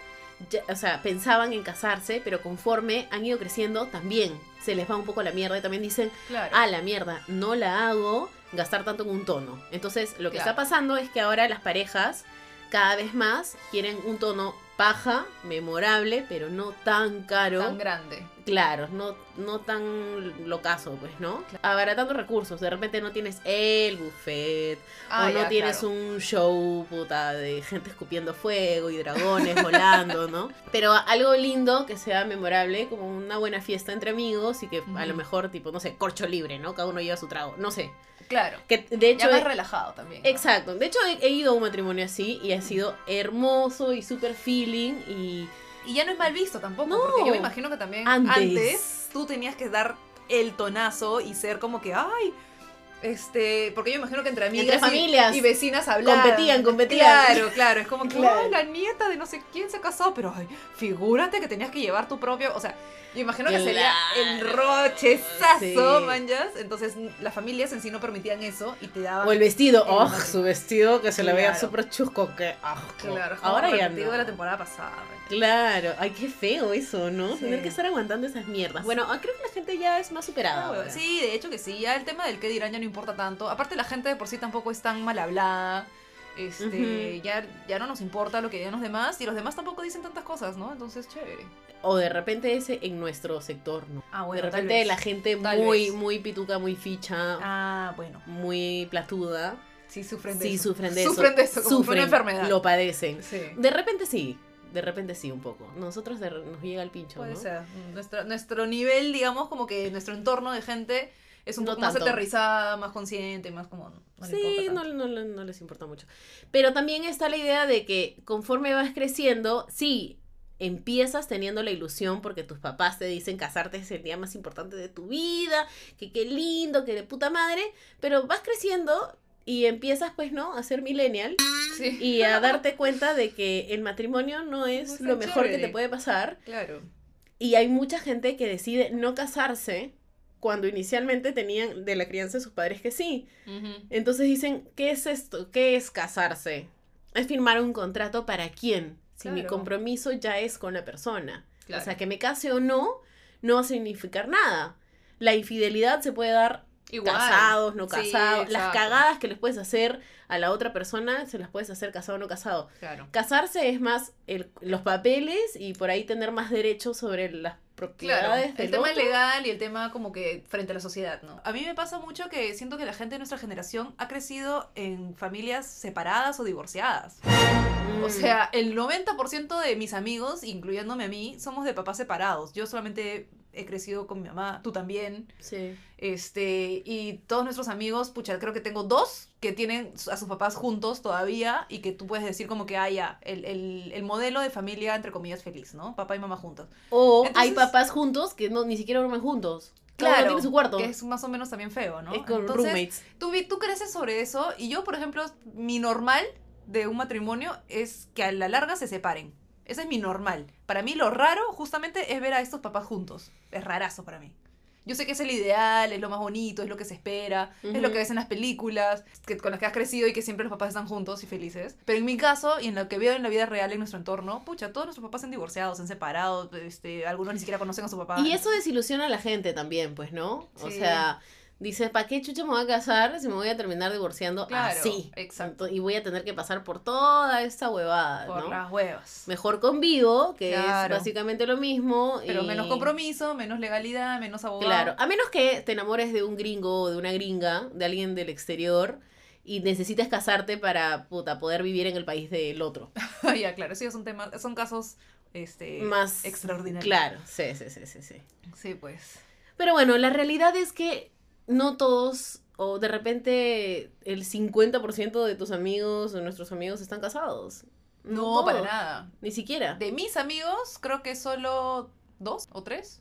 ya- o sea, pensaban en casarse, pero conforme han ido creciendo, también se les va un poco la mierda y también dicen,
Claro.
a la mierda, no la hago gastar tanto en un tono. Entonces, lo que
Claro.
está pasando es que ahora las parejas cada vez más quieren un tono paja, memorable, pero no tan caro.
Tan grande.
Claro, no, no tan locazo, pues, ¿no? Abaratando recursos, de repente no tienes el buffet,
Ah,
o no
ya,
tienes
claro.
un show, puta, de gente escupiendo fuego y dragones volando, ¿no? Pero algo lindo que sea memorable, como una buena fiesta entre amigos y que a lo
Ujú.
mejor, tipo, no sé, corcho libre, ¿no? Cada uno lleva su trago, no sé.
Claro.
Que de
Ya
hecho...
más
eh,
relajado también. ¿no?
Exacto. De hecho, he, he ido a un matrimonio así y ha sido hermoso y super feeling y...
Y ya no es mal visto tampoco,
No.
porque yo me imagino que también
Antes.
antes. tú tenías que dar el tonazo y ser como que, ay, este, porque yo imagino que entre amigas
Entre
y-
familias.
y, vecinas hablaban.
Competían, competían.
Claro, claro, es como que,
Claro.
"Ay, la nieta de no sé quién se casó, pero ay, figúrate que tenías que llevar tu propio, o sea, yo imagino que sería el
Claro,
rochezazo,
sí.
manjas. Entonces, las familias en sí no permitían eso y te daban
O el vestido,
Ah, El
oh,
matrimonio.
su vestido que se le veía
Claro.
súper chusco, que asco.
Claro, es como
Ahora ya
repetido
no.
de la temporada pasada. manjas.
Claro, ay, qué feo eso, ¿no?
Sí.
Tener que estar aguantando esas mierdas. Bueno, ah, creo que la gente ya es más superada.
Ah, bueno,
ahora.
Sí, de hecho que sí, ya el tema del qué dirán ya no importa tanto. Aparte la gente de por sí tampoco es tan mal hablada. Este,
Ujú.
ya, ya no nos importa lo que digan los demás y los demás tampoco dicen tantas cosas, ¿no? Entonces, chévere.
O de repente ese en nuestro sector, ¿no?
Ah,
de
bueno, tal
repente
vez.
la gente
Tal
muy,
vez.
muy pituca, muy ficha,
Ah, bueno.
muy platuda.
Sí sufren de
sí,
eso.
sufren de eso.
Sufren de eso, como
Sufren,
una enfermedad.
Lo padecen.
Sí.
De repente sí, de repente sí, un poco. Nosotros de- nos llega el pincho,
Puede
¿no?
ser. Mm, Nuestro, nuestro nivel, digamos, como que nuestro entorno de gente es un
No
poco más
tanto.
aterrizada, más consciente, más como... no- no le
Sí,
importa
no,
tanto.
no- no- no les importa mucho. Pero también está la idea de que conforme vas creciendo, sí, empiezas teniendo la ilusión porque tus papás te dicen casarte es el día más importante de tu vida, que qué lindo, que de puta madre, pero vas creciendo y empiezas pues, ¿no? A ser millennial
Sí,
*laughs*
*laughs*
y a darte cuenta de que el matrimonio no es
No
lo
está
mejor que te
chévere.
puede pasar
claro.
y hay mucha gente que decide no casarse cuando inicialmente tenían de la crianza de sus padres que sí.
Ujú.
Entonces dicen, ¿qué es esto? ¿Qué es casarse? Es firmar un contrato para quién, si mi
Claro.
compromiso ya es con la persona.
Claro.
O sea, que me case o no, no va a significar nada. La infidelidad se puede dar
Igual.
casados, no
Sí,
casados. las
exacto.
cagadas que les puedes hacer a la otra persona, se las puedes hacer casado o no casado.
Claro.
Casarse es más el- los papeles y por ahí tener más derechos sobre las
Claro,
propiedades
el
del
tema
otro.
legal y el tema como que frente a la sociedad, ¿no? A mí me pasa mucho que siento que la gente de nuestra generación ha crecido en familias separadas o divorciadas.
Mm.
O sea, el 90% de mis amigos, incluyéndome a mí, somos de papás separados. Yo solamente he crecido con mi mamá, tú también.
Mm, Sí.
Este, y todos nuestros amigos, pucha, creo que tengo dos que tienen a sus papás juntos todavía y que tú puedes decir como que haya el, el, el modelo de familia, entre comillas, feliz, ¿no? Papá y mamá juntos.
O hay
Entonces-
papás juntos que no, ni siquiera duermen juntos. Claro. tiene su cuarto.
Que es más o menos también feo, ¿no?
Es con
Entonces,
roommates.
tú, vi- tú creces sobre eso y yo, por ejemplo, mi normal de un matrimonio es que a la larga se separen. Ese es mi normal. Para mí lo raro justamente es ver a estos papás juntos. Es rarazo para mí. Yo sé que es el ideal, es lo más bonito, es lo que se espera, es lo
Ujú.
que ves en las películas, que, con las que has crecido y que siempre los papás están juntos y felices. Pero en mi caso, y en lo que veo en la vida real, en nuestro entorno, pucha, todos nuestros papás se han divorciado, se han separado, este, algunos ni siquiera conocen a su papá.
Y eso desilusiona a la gente también, pues, ¿no? O
Sí.
sea, dices, ¿para qué chucha me voy a casar si me voy a terminar divorciando
Claro,
así?
exacto.
Ento- Y voy a tener que pasar por toda esta huevada,
Por
¿no?
las huevas.
Mejor convivo, que
Claro.
es básicamente lo mismo.
Pero
y-
menos compromiso, menos legalidad, menos abogado.
Claro, a menos que te enamores de un gringo o de una gringa, de alguien del exterior, y necesites casarte para, puta, poder vivir en el país del otro.
*laughs* ya, claro, sí, son temas, son casos este,
Más...
extraordinarios.
Claro, sí, sí, sí, sí, sí.
Sí, pues.
Pero bueno, la realidad es que no todos, o de repente el 50% de tus amigos o nuestros amigos están casados.
No, para
todos,
nada.
Ni siquiera.
De mis amigos, creo que solo dos o tres.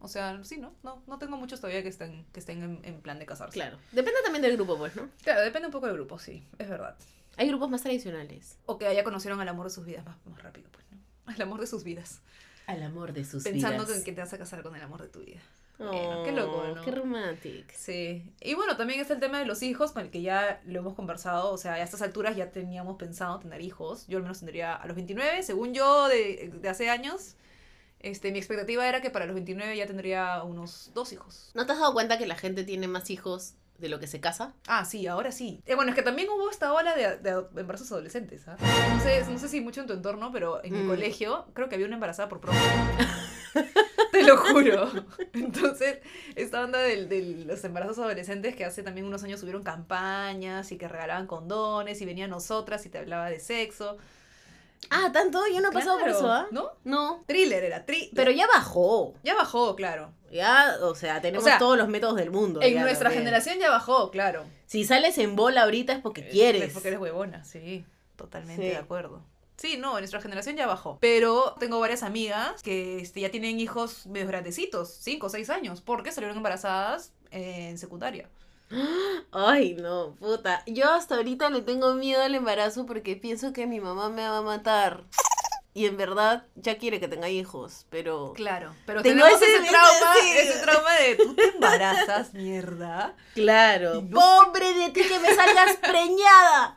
O sea, sí, ¿no? No, no tengo muchos todavía que estén, que estén en, en plan de casarse.
Claro. Depende también del grupo, pues, ¿no?
Claro, depende un poco del grupo, sí, es verdad.
Hay grupos más tradicionales.
O que haya conocieron al amor de sus vidas más, más rápido, pues, ¿no? Al amor de sus vidas.
Al amor de sus
pensando
vidas.
que, que te vas a casar con el amor de tu vida.
Oh,
qué loco, ¿no?
Qué romántico.
Sí, y bueno, también está el tema de los hijos, con el que ya lo hemos conversado, o sea, a estas alturas ya teníamos pensado tener hijos, yo al menos tendría a los 29, según yo, de, de hace años, este, mi expectativa era que para los 29 ya tendría unos dos hijos.
¿No te has dado cuenta que la gente tiene más hijos de lo que se casa.
Ah, sí, ahora sí. Eh, bueno, es que también hubo esta ola de, de embarazos adolescentes, ¿ah? No sé, no sé si mucho en tu entorno, pero en mi
Mm.
colegio creo que había una embarazada por pronto. *laughs* Te lo juro. Entonces, esta onda del- de los embarazos adolescentes que hace también unos años subieron campañas y que regalaban condones y venía a nosotras y te hablaba de sexo.
Ah, tanto, yo no he pasado por
Claro,
eso, ¿ah?
¿No?
No.
Thriller era, tri
Pero ya bajó.
ya bajó, claro.
Ya, o sea, tenemos
O sea,
todos los métodos del mundo.
En
ya
nuestra
también.
generación ya bajó, claro.
Si sales en bola ahorita Eh, es porque quieres.
Es Eh, porque eres huevona, sí. Totalmente
Sí.
de acuerdo. Sí, no, en nuestra generación ya bajó. Pero tengo varias amigas que este, ya tienen hijos medio grandecitos, 5 o 6 años, porque salieron embarazadas en secundaria.
*laughs* Ay, no, puta. Yo hasta ahorita le tengo miedo al embarazo porque pienso que mi mamá me va a matar. Y en verdad ya quiere que tenga hijos, pero...
Claro. Pero
Tengo
tenemos
ese-
ese, trauma,
ese- sí.
ese trauma de tú te embarazas, *laughs* mierda.
Claro.
Y no-
¡Pobre de ti que me *laughs* salgas preñada!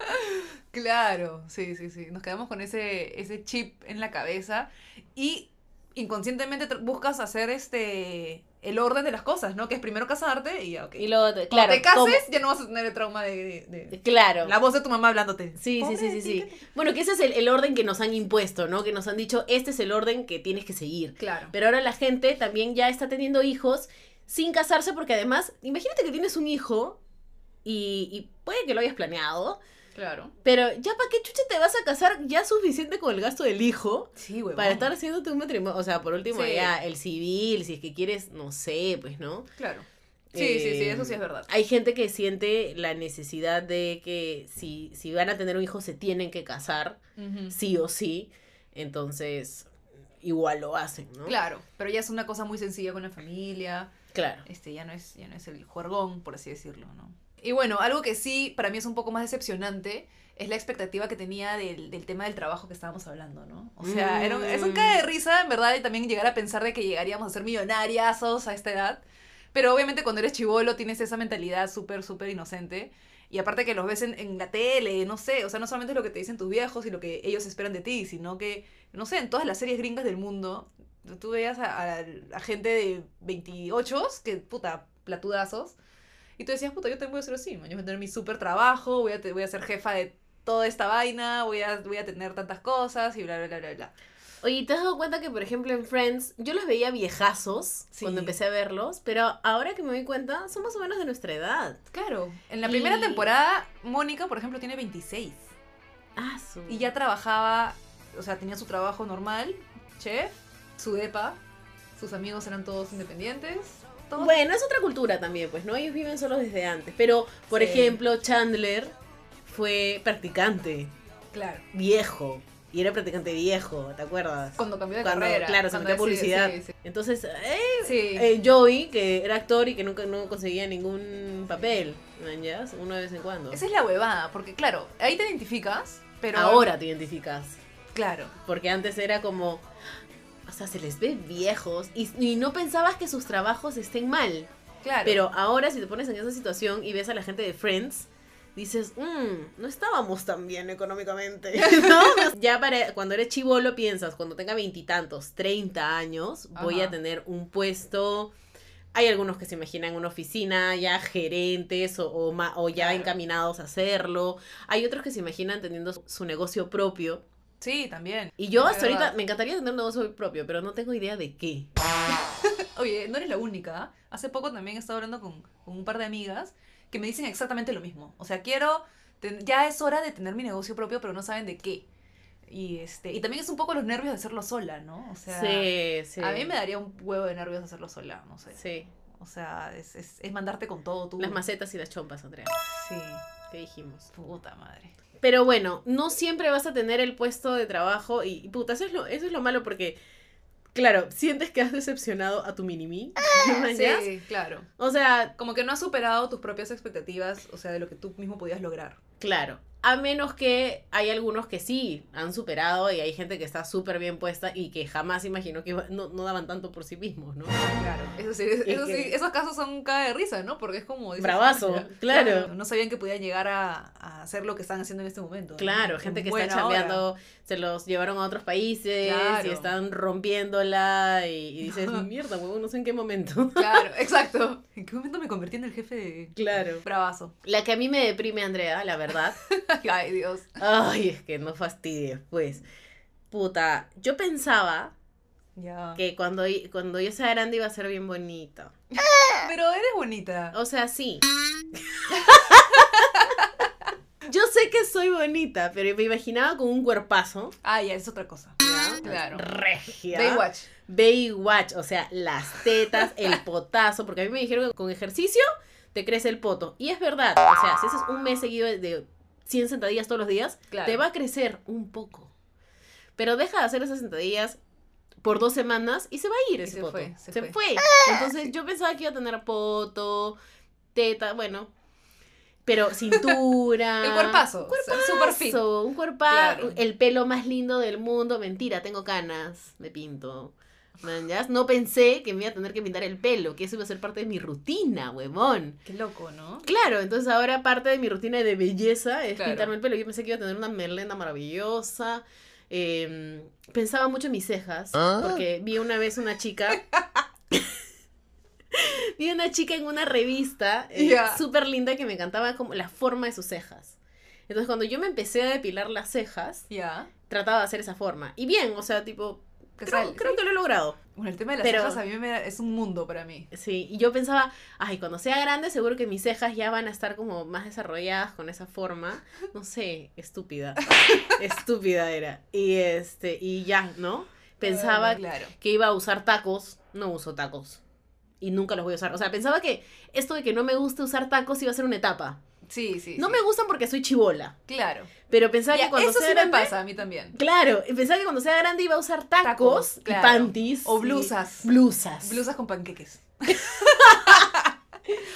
Claro, sí, sí, sí. Nos quedamos con ese, ese chip en la cabeza y inconscientemente tr- buscas hacer este el orden de las cosas, ¿no? Que es primero casarte y ya, ok.
Y luego, te-
Cuando
claro.
te cases, ya no vas a tener el trauma de, de- de-
como- Claro.
la voz de tu mamá hablándote.
Sí, sí,
Pobre
sí,
de ti,
sí, sí. Bueno, que ese es el, el orden que nos han impuesto, ¿no? Que nos han dicho, este es el orden que tienes que seguir.
que- Claro.
Pero ahora la gente también ya está teniendo hijos sin casarse porque además, imagínate que tienes un hijo y, y puede que lo hayas planeado,
Claro.
pero ya para qué chucha te vas a casar ya suficiente con el gasto del hijo
Sí, güey.
para estar haciéndote un matrimonio. O sea, por último,
Sí.
ya el civil, si es que quieres, no sé, pues, ¿no?
Claro. Em, Sí, sí, sí,
Eh,
eso sí es verdad.
Hay gente que siente la necesidad de que si, si van a tener un hijo se tienen que casar,
Ujú.
sí o sí. Entonces, igual lo hacen, ¿no?
Claro, pero ya es una cosa muy sencilla con la familia.
Claro.
Este, ya no es, ya no es el juergón, por así decirlo, ¿no? Y bueno, algo que sí para mí es un poco más decepcionante es la expectativa que tenía del, del tema del trabajo que estábamos hablando, ¿no? O sea, era un- es un
Mm.
cae de risa, en verdad, y también llegar a pensar de que llegaríamos a ser millonariazos a esta edad. Pero obviamente cuando eres chivolo tienes esa mentalidad súper, súper inocente. Y aparte que los ves en, en la tele, no sé, o sea, no solamente es lo que te dicen tus viejos y lo que ellos esperan de ti, sino que, no sé, en todas las series gringas del mundo, tú- tú veías a, a- a gente de 28 que, puta, platudazos, y tú decías, puta, yo también voy a ser así, man, yo voy a tener mi súper trabajo, voy a, te- voy a ser jefa de toda esta vaina, voy a, voy a tener tantas cosas y bla, bla, bla, bla, bla.
Oye, ¿te has dado cuenta que, por ejemplo, en Friends, yo los veía viejazos
Sí.
cuando empecé a verlos, pero ahora que me doy cuenta, son más o menos de nuestra edad.
Claro, en la
Y-
primera temporada, Mónica, por ejemplo, tiene 26.
Ah, su-
Y ya trabajaba, o sea, tenía su trabajo normal, chef, su depa, sus amigos eran todos independientes, todos...
Bueno, es otra cultura también, pues, ¿no? Ellos viven solos desde antes. Pero, por
Sí.
ejemplo, Chandler fue practicante
Claro.
viejo. Y era practicante viejo, ¿te acuerdas?
Cuando cambió de
Cuando,
carrera.
claro, se
cuando
metió a
decide-
publicidad.
Sí,
Entonces, eh,
sí, sí.
eh, Joey, que era actor y que nunca no conseguía ningún papel, ¿man ya? Uno de vez en cuando.
Esa es la huevada, porque claro, ahí te identificas, pero...
Ahora te identificas.
Claro.
Porque antes era como. O sea, se les ve viejos y, y no pensabas que sus trabajos estén mal.
Claro.
Pero ahora, si te pones en esa situación y ves a la gente de Friends, dices, mmm, no estábamos tan bien económicamente. *laughs* ¿no? ya para cuando eres chivolo piensas, cuando tenga veintitantos, treinta años, voy
Ajá.
a tener un puesto. Hay algunos que se imaginan una oficina, ya gerentes o, o ma- o ya
Claro.
encaminados a hacerlo. Hay otros que se imaginan teniendo su- su negocio propio.
Sí, también.
Y yo
Es
hasta ahorita
verdad.
me encantaría tener un negocio propio, pero no tengo idea de qué.
Oye, no eres la única. ¿ah? Hace poco también estaba hablando con, con un par de amigas que me dicen exactamente lo mismo. O sea, quiero, ten- ya es hora de tener mi negocio propio, pero no saben de qué. Y este, y también es un poco los nervios de hacerlo sola, ¿no? O sea,
sí, sí.
a mí me daría un huevo de nervios hacerlo sola, no sé.
Sí.
O sea, es, es, es mandarte con todo tú.
Las macetas y las chompas, Andrea.
Sí,
¿Qué dijimos?
puta madre.
Pero bueno, no siempre vas a tener el puesto de trabajo y, y puta, eso es lo, eso es lo malo porque, claro, sientes que has decepcionado a tu mini-me. ¿no? ¿Ya?
Ah, Sí, claro.
O sea,
Como que no has superado tus propias expectativas, o sea, de lo que tú mismo podías lograr.
claro. A menos que hay algunos que sí han superado y hay gente que está súper bien puesta y que jamás imaginó que iba- no, no daban tanto por sí mismos, ¿no?
Claro, eso sí, eso sí,
que-
esos casos son cada de risa, ¿no? Porque es como... dices,
Bravazo,
"Ah, ya".
claro.
No sabían que podían llegar a, a hacer lo que están haciendo en este momento. ¿no?
Claro,
En
gente que
buena
está
hora.
chambeando, se los llevaron a otros países
Claro.
y están rompiéndola y, y *laughs* dices, mierda, huevón, no sé en qué momento.
Claro, *laughs* exacto. ¿En qué momento me convertí en el jefe de...
Claro.
Bravazo.
*laughs*
*laughs*
La que a mí me deprime, Andrea, la verdad.
Ay, Dios.
*laughs* Ay, es que no fastidies, pues. Puta, yo pensaba
Ya.
que cuando, cuando yo sea grande iba a ser bien bonita.
Pero eres bonita.
O sea, *laughs* sí. Yo sé que soy bonita, pero me imaginaba con un cuerpazo.
Ah, ya, es otra cosa. Claro.
Regia.
Baywatch.
Baywatch, o sea, las tetas,
*laughs*
el potazo, porque a mí me dijeron que con ejercicio te crece el poto. Y es verdad, o sea, si haces un mes seguido de 100 sentadillas todos los días,
Claro.
te va a crecer un poco. Pero deja de hacer esas sentadillas por dos semanas y se va a ir
Y
ese
se
poto.
fue, se fue. *laughs*
Entonces yo pensaba que iba a tener poto, teta, bueno,
*laughs*
pero cintura.
El cuerpazo. Super fit.
Eso, un cuerpo,
Claro.
el pelo más lindo del mundo. Mentira, tengo canas, me pinto. Manjas, no pensé que me iba a tener que pintar el pelo, que eso iba a ser parte de mi rutina, huevón.
Qué loco, ¿no?
Claro, entonces ahora parte de mi rutina de belleza es
Claro.
pintarme el pelo. Yo pensé que iba a tener una melena maravillosa. eh, pensaba mucho en mis cejas, porque vi una vez una chica. *laughs* vi una chica en una revista eh,
Ya.
súper linda que me encantaba como la forma de sus cejas. Entonces, cuando yo me empecé a depilar las cejas,
Ya.
trataba de hacer esa forma. Y bien, o sea, tipo,
Que
creo,
sale.
creo que lo he logrado.
Bueno, el tema de las
Pero-
cejas a mí me da- es un mundo para mí.
Sí, y yo pensaba, ay, cuando sea grande seguro que mis cejas ya van a estar como más desarrolladas con esa forma. No sé,
*laughs*
estúpida. estúpida era. Y este, y ya, ¿no? Pensaba
Ah, claro.
que iba a usar tacos, no uso tacos. Y nunca los voy a usar. O sea, pensaba que esto de que no me gusta usar tacos iba a ser una etapa.
Sí, sí.
No
sí.
me gustan porque soy chivola.
Claro.
Pero pensaba
Ya,
que cuando
eso
sea
sí me
grande.
pasa a mí también.
Claro, y pensaba que cuando sea grande iba a usar tacos,
Tacos,
y
claro.
panties.
O
y
blusas.
Blusas.
Blusas con
*laughs*
panqueques.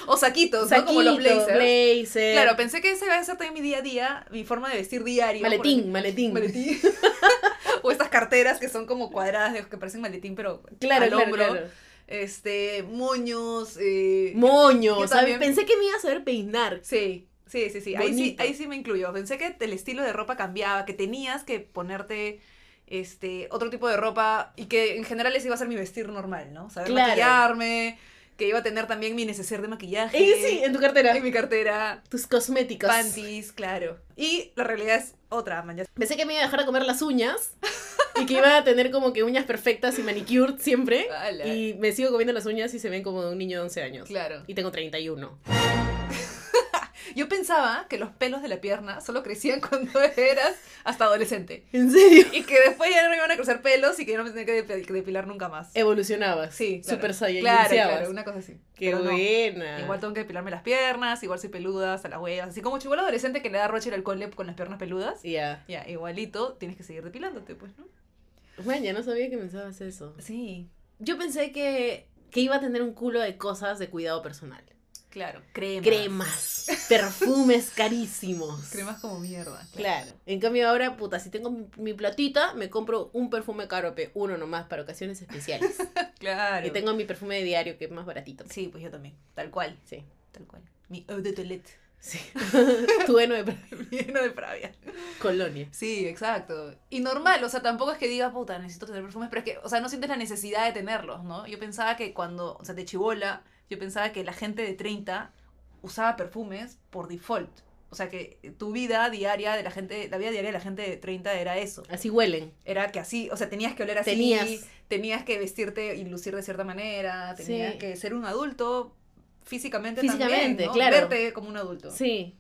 o saquitos, ¿no? Como
Saquito,
los blazers.
blazer.
Claro, pensé que ese iba a ser también mi día a día, mi forma de vestir diario.
Maletín, maletín.
Por- Maletín. *laughs* o estas carteras que son como cuadradas, de- que parecen maletín, pero
Claro,
al
claro,
hombro.
claro.
Este, moños. eh,
Moño,
Yo
¿sabes?
también.
Pensé que me iba a saber peinar.
Sí, sí, sí, sí. Ahí sí,
Bonito.
ahí sí me incluyo. Pensé que el estilo de ropa cambiaba, que tenías que ponerte este otro tipo de ropa y que en general ese iba a ser mi vestir normal, ¿no? Saber
Claro.
maquillarme, que iba a tener también mi neceser de maquillaje.
Eh, sí, en tu cartera.
en mi cartera,
Tus cosméticos.
panties, claro. Y la realidad es otra, man. ya-
Pensé que me iba a dejar de comer las uñas y que iba a tener como que uñas perfectas y manicure siempre.
Ala.
Y me sigo comiendo las uñas y se ven como de un niño de 11 años.
Claro.
Y tengo 31.
Yo pensaba que los pelos de la pierna solo crecían *laughs* cuando eras hasta adolescente.
¿En serio?
Y que después ya no me iban a crecer pelos y que yo no me tenía que dep- que depilar nunca más.
Evolucionabas.
Sí, claro.
Super Saiyan.
Claro,
iniciabas.
claro, una cosa así.
Qué
Pero no.
buena.
Igual tengo que depilarme las piernas, igual soy peluda hasta las huevas. Así como chivola adolescente que le da roche al cole con las piernas peludas.
Ya.
Ya, igualito, tienes que seguir depilándote, pues, ¿no?
Bueno, ya no sabía que pensabas eso.
Sí,
Yo pensé que, que iba a tener un culo de cosas de cuidado personal.
claro. Cremas.
cremas, perfumes carísimos.
*laughs* Cremas como mierda.
Claro. En cambio ahora, puta, si tengo mi, mi platita, me compro un perfume caro, pe, uno nomás para ocasiones especiales.
Claro.
y tengo mi perfume de diario que es más baratito.
Sí, pues yo también. Tal cual.
Sí.
Tal cual. Mi eau de toilette. *laughs*
Sí. tu heno de pra-
Lleno de pravia.
colonia.
Sí, exacto. Y normal, o sea, tampoco es que digas, puta, necesito tener perfumes, pero es que, o sea, no sientes la necesidad de tenerlos, ¿no? Yo pensaba que cuando, o sea, de chibola, yo pensaba que la gente de 30 usaba perfumes por default. O sea, que tu vida diaria de la gente, la vida diaria de la gente de 30 era eso.
Así huelen.
Era que así, o sea, tenías que oler así,
Tenías.
tenías que vestirte y lucir de cierta manera, tenías
Sí.
que ser un adulto físicamente,
Físicamente,
también, ¿no?
claro.
Verte como un adulto.
Sí.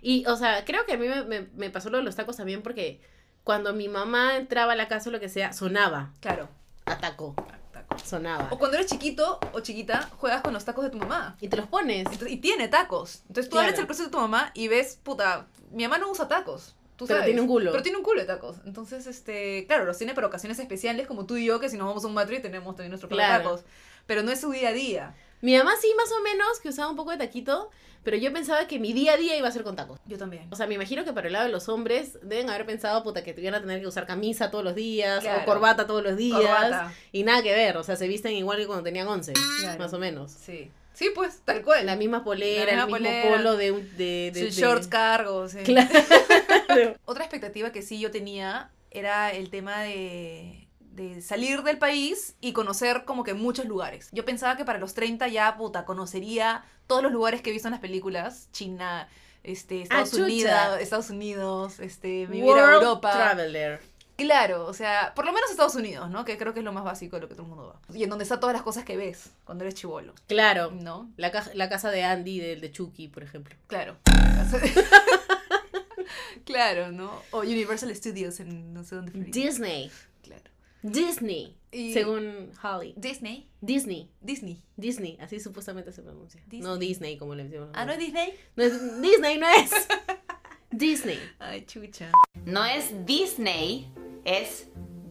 Y, o sea, creo que a mí me, me- me pasó lo de los tacos también porque cuando mi mamá entraba a la casa o lo que sea, sonaba.
Claro.
A taco. Sonaba.
O cuando eres chiquito o chiquita, juegas con los tacos de tu mamá.
Y te los pones.
Entonces- y tiene tacos. Entonces tú
Claro.
abres el closet de tu mamá y ves, puta, mi mamá no usa tacos. Tú
Pero
sabes.
tiene un culo.
Pero tiene un culo de tacos. Entonces, este, claro, los tiene para ocasiones especiales como tú y yo, que si nos vamos a un matri tenemos también nuestro par de
Claro.
tacos. Pero no es su día a día.
Mi mamá sí, más o menos, que usaba un poco de taquito, pero yo pensaba que mi día a día iba a ser con tacos.
Yo también.
O sea, me imagino que para el lado de los hombres deben haber pensado, puta, que iban a tener que usar camisa todos los días, o
Claro.
corbata todos los días,
Corbata.
y nada que ver, o sea, se visten igual que cuando tenían 11,
Claro.
más o menos.
Sí. Sí, pues, tal cual.
La misma polera,
La misma
el mismo
polera.
polo de... un- de, de-
Sus
de- *laughs*
shorts cargos. sí.
Claro.
*laughs* Otra expectativa que sí yo tenía era el tema de, de salir del país y conocer como que muchos lugares. Yo pensaba que para los 30 ya, puta, conocería todos los lugares que he visto en las películas. China, este, Estados
Ah, chucha.
Unidos, Estados Unidos, este, me iba a ir a
World
Europa.
Traveler.
Claro, o sea, por lo menos Estados Unidos, ¿no? Que creo que es lo más básico de lo que todo el mundo va. Y en donde están todas las cosas que ves cuando eres chivolo,
Claro.
¿no?
La, ca- la casa de Andy, del de Chucky, por ejemplo. *laughs*
Claro. claro, ¿no? O Universal Studios en no sé dónde. Florida.
Disney.
Claro.
Disney.
Y-
Según Holly.
Disney.
Disney.
Disney.
Disney. Así supuestamente se pronuncia. No
Disney.
Disney, como le decimos.
Ah, ¿no es Disney?
No es- Disney, no
*laughs*
es. Disney.
Ay, chucha.
No es Disney, es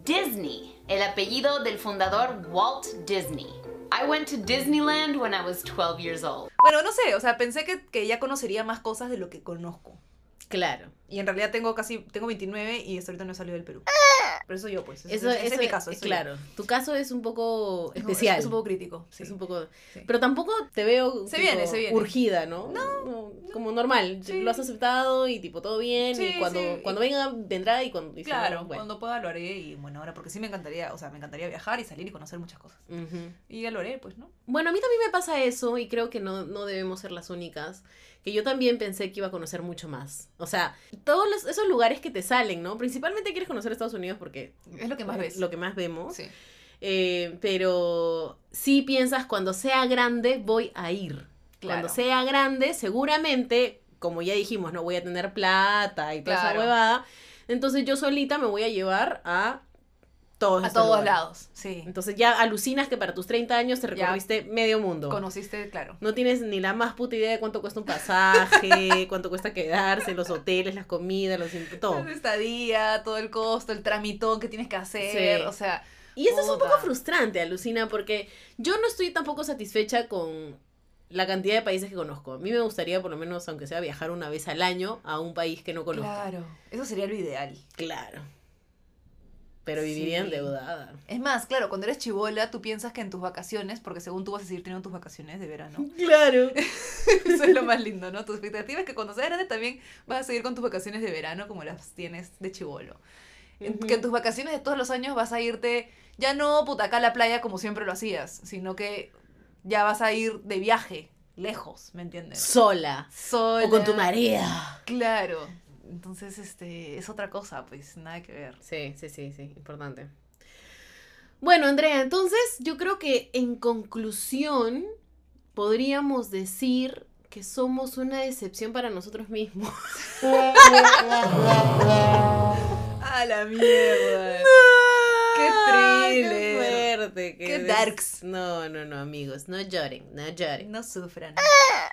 Disney, el apellido del fundador Walt Disney. I went to Disneyland when I was 12 years old.
Bueno, no sé, o sea, pensé que, que ya conocería más cosas de lo que conozco.
Claro.
Y en realidad tengo casi, tengo 29 y hasta ahorita no he salido del Perú. Pero eso yo, pues.
Eso,
ese
eso
es mi caso. eso yo.
Claro. Tu caso es un poco
Es un-
especial.
Es, un poco crítico. sí.
Es un poco-
Sí.
Pero tampoco te veo
Se viene, se viene.
urgida, ¿no? No, Como normal.
Sí.
Lo has aceptado y tipo todo bien.
Sí,
y cuando,
sí.
cuando venga, vendrá y cuando. y si no,
Claro,
bueno.
cuando pueda lo haré y bueno, ahora porque sí me encantaría, o sea, me encantaría viajar y salir y conocer muchas cosas.
Ujú.
Y ya lo haré, pues, ¿no?
Bueno, a mí también me pasa eso y creo que no, no debemos ser las únicas, que yo también pensé que iba a conocer mucho más. O sea, todos los- esos lugares que te salen, ¿no? Principalmente quieres conocer Estados Unidos porque
Es lo que más
es
ves.
Eh, lo que más vemos.
Sí.
Eh, pero sí piensas, cuando sea grande voy a ir.
Claro.
Cuando sea grande, seguramente, como ya dijimos, no voy a tener plata y toda
Claro.
esa huevada. Entonces yo solita me voy a llevar a todos
A
estos
todos
lugares.
lados. Sí.
Entonces ya alucinas que para tus 30 años te
Ya.
recorriste medio mundo.
Conociste, claro.
No tienes ni la más puta idea de cuánto cuesta un
*laughs*
pasaje, cuánto cuesta quedarse, los hoteles, las comidas, los imp- todo.
La estadía, todo el costo, el tramitón que tienes que hacer,
Sí.
o sea,
Y eso es un poco
Puta.
frustrante, alucina, porque yo no estoy tampoco satisfecha con la cantidad de países que conozco. A mí me gustaría, por lo menos, aunque sea viajar una vez al año a un país que no conozco. Claro.
claro, eso sería lo ideal.
Pero viviría
Sí.
endeudada.
Es más, claro, cuando eres chivola, tú piensas que en tus vacaciones, porque según tú vas a seguir teniendo tus vacaciones de
*laughs*
verano,
Claro.
eso es lo más lindo, ¿no? Tu expectativa es que cuando seas grande también vas a seguir con tus vacaciones de verano como las tienes de chivolo. En- Que en tus vacaciones de todos los años vas a irte, ya no puta acá a la playa como siempre lo hacías, sino que ya vas a ir de viaje, lejos, ¿me entiendes?
Sola.
Sola.
O con tu marea.
Claro. Entonces, este, es otra cosa, pues, nada que ver.
Sí, sí, sí, sí, importante. Bueno, Andrea, entonces yo creo que en conclusión podríamos decir que somos una decepción para nosotros *laughs* mismos.
¡A la *laughs* mierda!
¡Qué
thriller!
fuerte!
¡Qué
des-
darks!
No, no, no, amigos, no lloren, no lloren.
No sufran.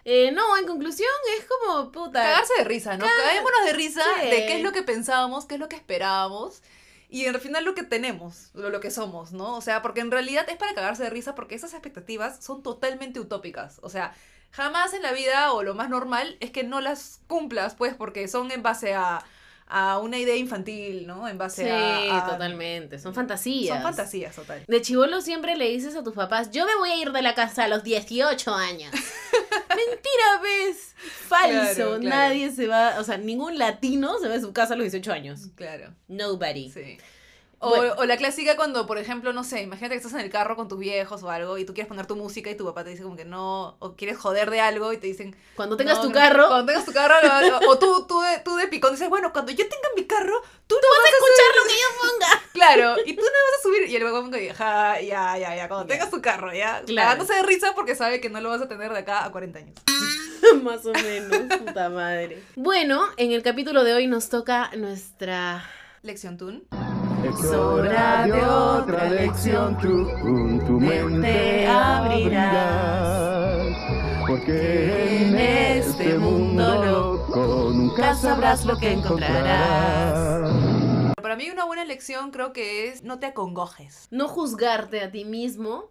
Eh, no, en conclusión es como puta.
Cagarse de risa, ¿no? Caguémonos de risa
Sí.
de qué es lo que pensábamos, qué es lo que esperábamos. Y al final lo que tenemos, lo, lo que somos, ¿no? O sea, porque en realidad es para cagarse de risa porque esas expectativas son totalmente utópicas. O sea, jamás en la vida o lo más normal es que no las cumplas, pues, porque son en base a, a una idea infantil, ¿no? En base
Sí,
a... a-
totalmente. Son fantasías.
Son fantasías, total.
De chivolo siempre le dices a tus papás, yo me voy a ir de la casa a los 18 años.
*laughs*
Mentira, ves. Falso.
Claro, claro.
Nadie se va, o sea, ningún latino se va de su casa a los 18 años.
Claro.
Nobody.
Sí. O,
Bueno.
o la clásica cuando, por ejemplo, no sé, imagínate que estás en el carro con tus viejos o algo y tú quieres poner tu música y tu papá te dice como que no, o quieres joder de algo y te dicen...
Cuando tengas
"No,
tu
no".
carro,
Cuando tengas tu carro, no, no. o tú, tú, de, tú de picón dices, bueno, cuando yo tenga mi carro, tú, no vas, a
escuchar lo que yo ponga.
subir. *laughs* Claro, y tú no vas a subir. Y el huevón que dice, "Ja, ya, ya, ya, cuando tengas tu carro, ya.
Claro.
Claro. se de risa porque sabe que no lo vas a tener de acá a 40 años.
*laughs* Más o menos, puta madre. Bueno, en el capítulo de hoy nos toca nuestra
Lección Tun.
Es hora de otra lección, tú con tu mente abrirás. Porque en este mundo loco nunca sabrás lo que encontrarás.
Para mí una buena lección creo que es no te acongojes.
no juzgarte a ti mismo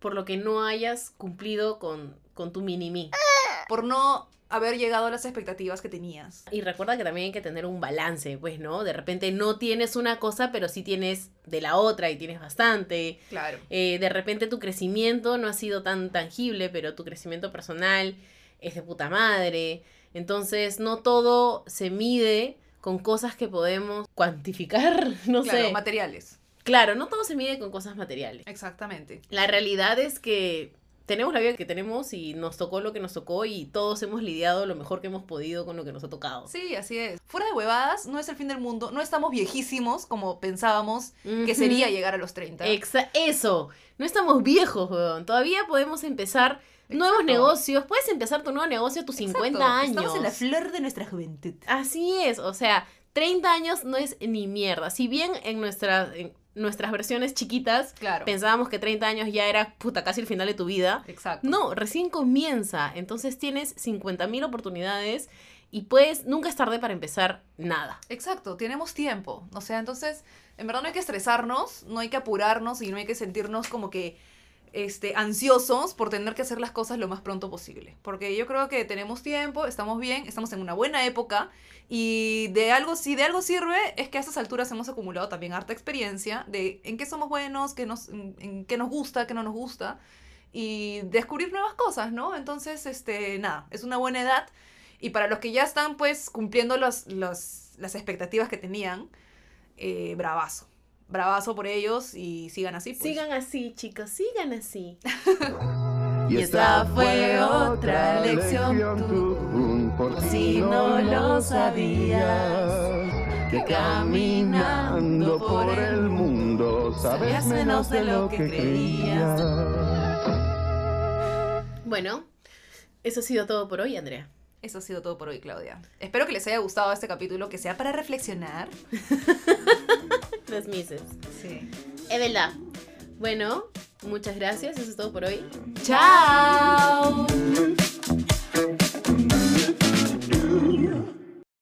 por lo que no hayas cumplido con, con tu mini mí.
Por no haber llegado a las expectativas que tenías.
Y recuerda que también hay que tener un balance, pues, ¿no? De repente no tienes una cosa, pero sí tienes de la otra y tienes bastante.
Claro.
Eh, de repente tu crecimiento no ha sido tan tangible, pero tu crecimiento personal es de puta madre. Entonces, no todo se mide con cosas que podemos cuantificar, *laughs* no
claro,
sé.
materiales.
Claro, no todo se mide con cosas materiales.
Exactamente.
La realidad es que tenemos la vida que tenemos y nos tocó lo que nos tocó y todos hemos lidiado lo mejor que hemos podido con lo que nos ha tocado.
Sí, así es. Fuera de huevadas, no es el fin del mundo. No estamos viejísimos como pensábamos que
Ujú.
sería llegar a los 30.
Exa- eso, no estamos viejos, weón. Todavía podemos empezar nuevos
Exacto.
negocios. Puedes empezar tu nuevo negocio a tus 50
Exacto.
años.
Estamos en la flor de nuestra juventud.
Así es, o sea, 30 años no es ni mierda. Si bien en, nuestras en nuestras versiones chiquitas
Claro.
pensábamos que 30 años ya era puta casi el final de tu vida,
Exacto.
no, recién comienza. Entonces tienes 50.000 oportunidades y pues nunca es tarde para empezar nada.
Exacto, tenemos tiempo. O sea, entonces, en verdad no hay que estresarnos, no hay que apurarnos y no hay que sentirnos como que este, ansiosos por tener que hacer las cosas lo más pronto posible. Porque yo creo que tenemos tiempo, estamos bien, estamos en una buena época y de algo, si de algo sirve, es que a estas alturas hemos acumulado también harta experiencia de en qué somos buenos, qué nos, en, en qué nos gusta, qué no nos gusta y descubrir nuevas cosas, ¿no? Entonces, este, nada, es una buena edad y para los que ya están, pues, cumpliendo los, los- las expectativas que tenían, eh, bravazo. Bravazo por ellos y sigan así. pues.
Sigan así, chicos,
*laughs*
sigan así.
Y esta fue otra lección tú, por si no lo sabías, que caminando por el mundo sabes menos de lo que creías.
Bueno, eso ha sido todo por hoy, Andrea.
Eso ha sido todo por hoy, Claudia. Espero que les haya gustado este capítulo, que sea para reflexionar.
Tres meses.
Sí.
Es verdad. Bueno, muchas gracias, eso es todo por hoy.
¡Chao!